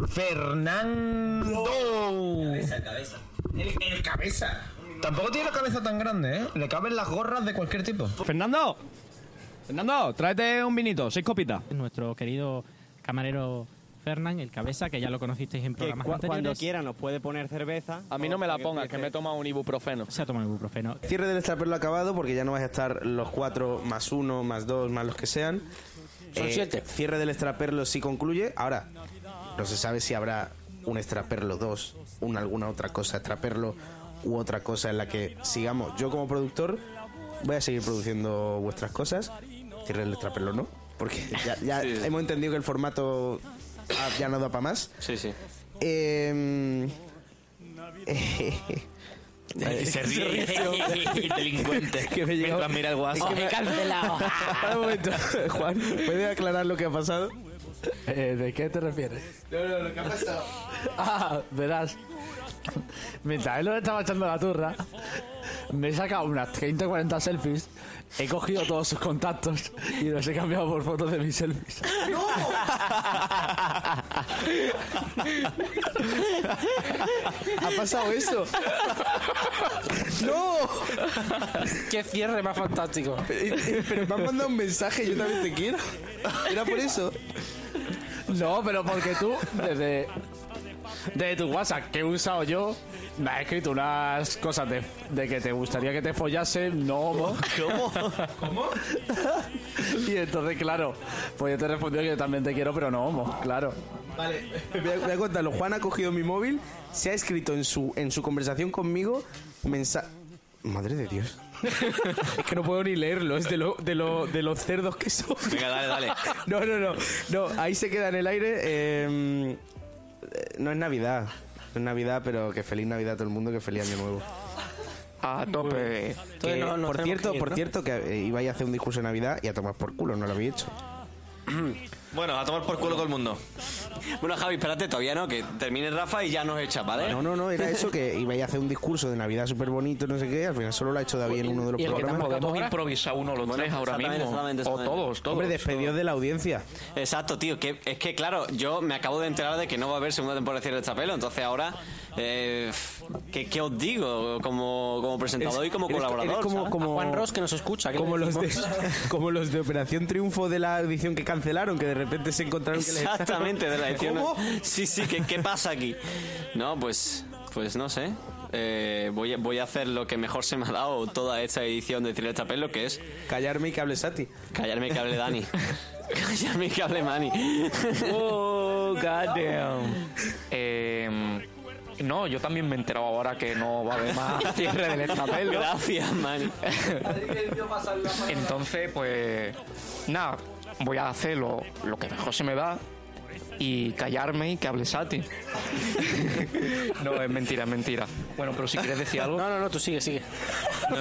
Speaker 9: Fernán. Fernando. Cabeza, cabeza. El, cabeza. Tampoco tiene la cabeza tan grande, ¿eh? Le caben las gorras de cualquier tipo.
Speaker 15: Fernando, Fernando, tráete un vinito, seis copitas.
Speaker 13: Nuestro querido camarero Fernán, el cabeza, que ya lo conocisteis en programas
Speaker 6: cuando
Speaker 13: anteriores.
Speaker 6: quiera nos puede poner cerveza.
Speaker 22: A mí no me la pongas, que me he
Speaker 6: toma un ibuprofeno.
Speaker 13: Se ha tomado ibuprofeno.
Speaker 3: Cierre del extraperlo acabado porque ya no vais a estar los cuatro más uno, más dos, más los que sean. Eh,
Speaker 4: Son siete.
Speaker 3: Cierre del extraperlo sí concluye. Ahora, no se sabe si habrá un extraperlo 2, un alguna otra cosa extraperlo u otra cosa en la que sigamos. Yo como productor voy a seguir produciendo vuestras cosas. Cierre del extraperlo no, porque ya, ya hemos entendido que el formato ha- ya no da para más.
Speaker 2: Sí, sí.
Speaker 3: Em, eh,
Speaker 21: Y se ríe. Delincuente.
Speaker 3: que me llegó-
Speaker 21: Mientras mira el
Speaker 3: Es
Speaker 21: WhatsApp.
Speaker 3: que me- Para un momento, Juan, ¿puedes aclarar lo que ha pasado?
Speaker 7: Eh,
Speaker 12: ¿De qué te refieres?
Speaker 3: No, no, lo que ha pasado.
Speaker 12: Ah, verás.
Speaker 7: Mientras él nos estaba echando la turra, me he sacado unas 30 o 40 selfies, he cogido todos sus contactos y los he cambiado por fotos de mis selfies.
Speaker 3: ¿Ha pasado eso? ¡No!
Speaker 4: ¡Qué cierre más fantástico!
Speaker 3: Pero me han mandado un mensaje, yo también te quiero. ¿Era por eso?
Speaker 7: No, pero porque tú, desde, desde tu WhatsApp que he usado yo, me has escrito unas cosas de, de que te gustaría que te follase, no. ¿Cómo? ¿Cómo? y entonces, claro, pues yo te he respondido que yo también te quiero, pero no homo, claro.
Speaker 3: Vale, voy a, voy a contarlo. Juan ha cogido mi móvil, se ha escrito en su, en su conversación conmigo mensaje. Madre de Dios. es que no puedo ni leerlo, es de, lo, de, lo, de los cerdos que son.
Speaker 2: Venga, dale, dale.
Speaker 3: No, no, no. No, ahí se queda en el aire. eh, eh, no es Navidad. No es Navidad, pero que feliz Navidad a todo el mundo, que feliz año nuevo.
Speaker 5: A tope.
Speaker 3: Que,
Speaker 5: no- nos
Speaker 3: por
Speaker 5: tenemos
Speaker 3: cierto,
Speaker 5: que ir,
Speaker 3: por
Speaker 5: ¿no?
Speaker 3: cierto, que eh, ibais a hacer un discurso de Navidad y a tomar por culo, no lo había hecho.
Speaker 2: Bueno, a tomar por culo todo el mundo. Bueno, Javi, espérate, todavía no, que termine Rafa y ya nos echa, ¿vale?
Speaker 3: No, no, no, era eso que ibais a hacer un discurso de Navidad súper bonito, no sé qué, al final solo lo ha hecho David en uno de los programas.
Speaker 5: Podemos improvisar uno los tres ahora
Speaker 2: exactamente,
Speaker 5: mismo. O
Speaker 2: exactamente, exactamente.
Speaker 5: todos, todos.
Speaker 3: Hombre, despedidos de la audiencia.
Speaker 2: Exacto, tío. Que, es que, claro, yo me acabo de enterar de que no va a haber segunda temporada de Cierre de Chapelo. Entonces, ahora, eh, ¿qué, qué os digo como, como presentador
Speaker 3: Eres-
Speaker 2: y como
Speaker 3: eres-
Speaker 2: colaborador?
Speaker 3: eres como-
Speaker 2: ¿sabes?
Speaker 3: como- A Juan Ross
Speaker 4: que nos escucha.
Speaker 3: Como los, de, como los de Operación Triunfo de la edición que cancelaron, que de repente se encontraron que les echaron.
Speaker 2: Exactamente, de la edición.
Speaker 3: ¿Cómo?
Speaker 2: Sí, sí, ¿qué, qué pasa aquí? No, pues, pues no sé. Eh, voy, a, voy a hacer lo que mejor se me ha dado toda esta edición de Trileta Pelo, que es.
Speaker 3: Callarme y que hable Sati.
Speaker 2: Callarme y que hable Dani. Callarme y que hable Mani.
Speaker 5: Oh, goddamn. Eh, no, yo también me he enterado ahora que no va a haber más cierre del estapel.
Speaker 2: Gracias, Mani.
Speaker 5: Entonces, pues. Nada, voy a hacer lo, lo que mejor se me da y callarme y que hable Sati. no, es mentira, es mentira. Bueno, pero si quieres decir algo.
Speaker 4: No, no, no, tú sigue, sigue.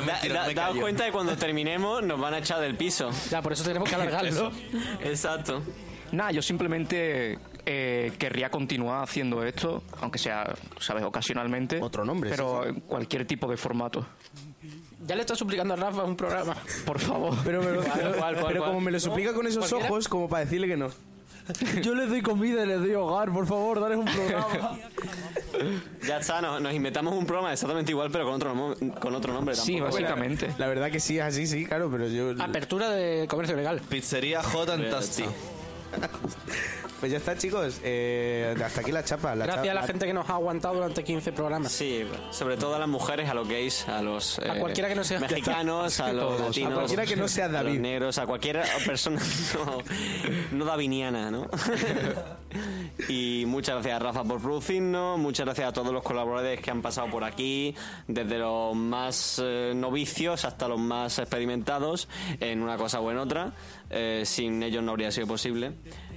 Speaker 5: mentira, me
Speaker 2: daos
Speaker 5: callo.
Speaker 2: cuenta de cuando terminemos nos van a echar del piso.
Speaker 4: Ya, por eso tenemos que alargarlo.
Speaker 2: Exacto.
Speaker 5: Nada, yo simplemente eh, querría continuar haciendo esto, aunque sea, sabes, ocasionalmente. Otro nombre. Pero en cualquier tipo de formato.
Speaker 4: Ya le está suplicando a Rafa un programa.
Speaker 5: Por favor.
Speaker 3: Pero, me lo- pero- pero como me lo suplica con esos
Speaker 4: ¿Cualquiera?
Speaker 3: ojos, como para decirle que no.
Speaker 7: Yo les doy comida y les doy hogar, por favor, dale un programa.
Speaker 2: Ya está, nos, nos inventamos un programa exactamente igual, pero con otro, nom- con otro nombre.
Speaker 5: Sí,
Speaker 2: tampoco.
Speaker 5: básicamente.
Speaker 3: La verdad que sí es así, sí, claro, pero yo.
Speaker 4: Ah, Apertura de comercio legal.
Speaker 2: Pizzería
Speaker 3: J
Speaker 2: and Tasty.
Speaker 3: Pues ya está, chicos. Eh, hasta aquí la chapa. La
Speaker 4: Gracias
Speaker 3: cha-
Speaker 4: a la gente que nos ha aguantado durante 15 programas.
Speaker 2: Sí, sobre todo a las mujeres, a los gays, a los eh,
Speaker 4: A cualquiera que no sea-
Speaker 2: mexicanos, a los
Speaker 4: Todos. A
Speaker 2: latinos,
Speaker 4: cualquiera que no sea
Speaker 2: a los
Speaker 4: David.
Speaker 2: negros, a cualquier persona no, no daviniana, ¿no? y muchas gracias a Rafa por producirnos, muchas gracias a todos los colaboradores que han pasado por aquí, desde los más eh, novicios hasta los más experimentados, en una cosa o en otra. Eh, sin ellos no habría sido posible.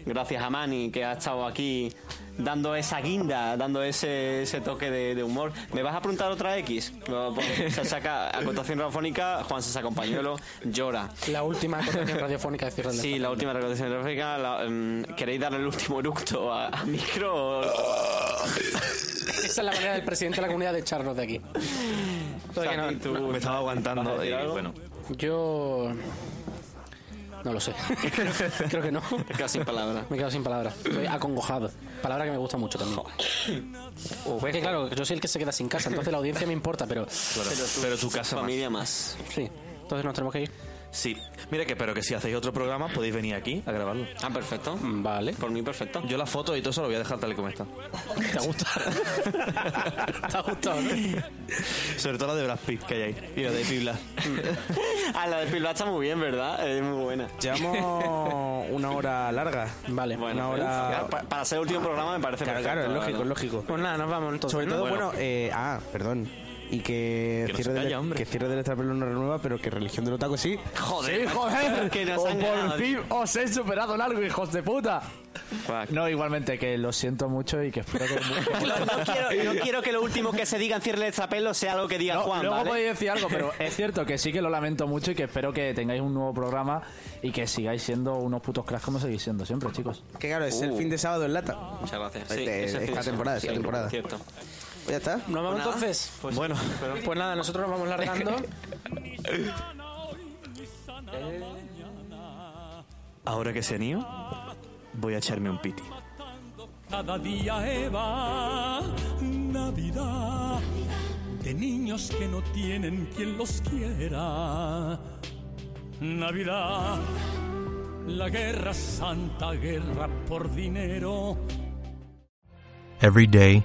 Speaker 2: Gracias a Mani que ha estado aquí dando esa guinda, dando ese, ese toque de, de humor. ¿Me vas a preguntar otra X? No, pues, Se saca acotación radiofónica, Juan se saca un pañuelo, llora.
Speaker 4: La última acotación radiofónica de cierre del
Speaker 2: Sí, la última recomendación gráfica. la- em, ¿Queréis darle el último eructo a, a micro?
Speaker 4: Esa es la manera del presidente de la comunidad de echarnos de aquí. Porque no-
Speaker 6: me estaba aguantando. y bueno.
Speaker 4: Yo. No lo sé. Creo que no. Me
Speaker 2: quedo sin palabras.
Speaker 4: Me quedo sin palabras. Estoy acongojado. Palabra que me gusta mucho también. Es que claro, yo soy el que se queda sin casa, entonces la audiencia me importa, pero.
Speaker 6: Pero, pero tu casa
Speaker 2: familia más.
Speaker 4: Sí. Entonces nos tenemos que ir.
Speaker 6: Sí. Mira que, pero que si hacéis otro programa podéis venir aquí a grabarlo. Mm,
Speaker 2: Ah, perfecto.
Speaker 4: Vale.
Speaker 2: Por mí, perfecto.
Speaker 6: Yo la foto y todo eso lo voy a dejar tal y como está.
Speaker 4: ¿Te gusta? ¿Te ha gustado,
Speaker 6: Sobre todo la de Brad Pitt que hay ahí. Y la de Pibla.
Speaker 2: Ah, la de Pilba está muy bien, ¿verdad? Es muy buena.
Speaker 3: Llevamos una hora larga.
Speaker 4: Vale. ¿eh?
Speaker 3: una hora.
Speaker 2: Claro, pa- para ser el último programa me parece
Speaker 3: Claro,
Speaker 2: perfecto.
Speaker 3: claro, es
Speaker 2: la
Speaker 3: lógico, es
Speaker 2: verdad.
Speaker 3: lógico.
Speaker 4: Pues nada, nos vamos entonces.
Speaker 3: Sobre
Speaker 4: ¿no?
Speaker 3: todo, bueno,
Speaker 4: Bueno.
Speaker 3: eh, ah, perdón. Y
Speaker 4: Que
Speaker 3: que,
Speaker 4: no
Speaker 3: cierre
Speaker 4: se
Speaker 3: del,
Speaker 4: calla, hombre.
Speaker 3: que cierre del extrapelo no renueva, pero que religión del otaku sí.
Speaker 7: Sí, joder.
Speaker 2: Que nos
Speaker 7: O
Speaker 2: han ganado,
Speaker 7: por fin os he superado largo, hijos de puta. No, igualmente, que lo siento mucho y que espero que...
Speaker 2: No quiero, no quiero que lo último que se diga en cierre de Chapelo sea algo que diga Juan,
Speaker 7: Oh, Luego
Speaker 2: ¿vale?
Speaker 7: podéis decir algo, pero es cierto que sí que lo lamento mucho y que espero que tengáis un nuevo programa y que sigáis siendo unos putos cracks como seguís siendo siempre, chicos.
Speaker 3: Que claro, es el
Speaker 7: Uh.
Speaker 3: fin de sábado en lata.
Speaker 2: Muchas gracias.
Speaker 3: Este-
Speaker 2: ese
Speaker 3: esta
Speaker 2: fin de
Speaker 3: temporada,
Speaker 2: semana.
Speaker 3: esta temporada.
Speaker 2: Cierto.
Speaker 3: Ya está.
Speaker 4: Nos vamos entonces.
Speaker 3: Pues bueno.
Speaker 4: Pues nada, nosotros nos vamos largando.
Speaker 21: Ahora que se han ido, voy a echarme un piti.
Speaker 8: Cada día Eva, Navidad, de niños que no tienen quien los quiera. Navidad, la guerra santa, guerra por dinero.
Speaker 26: Every day,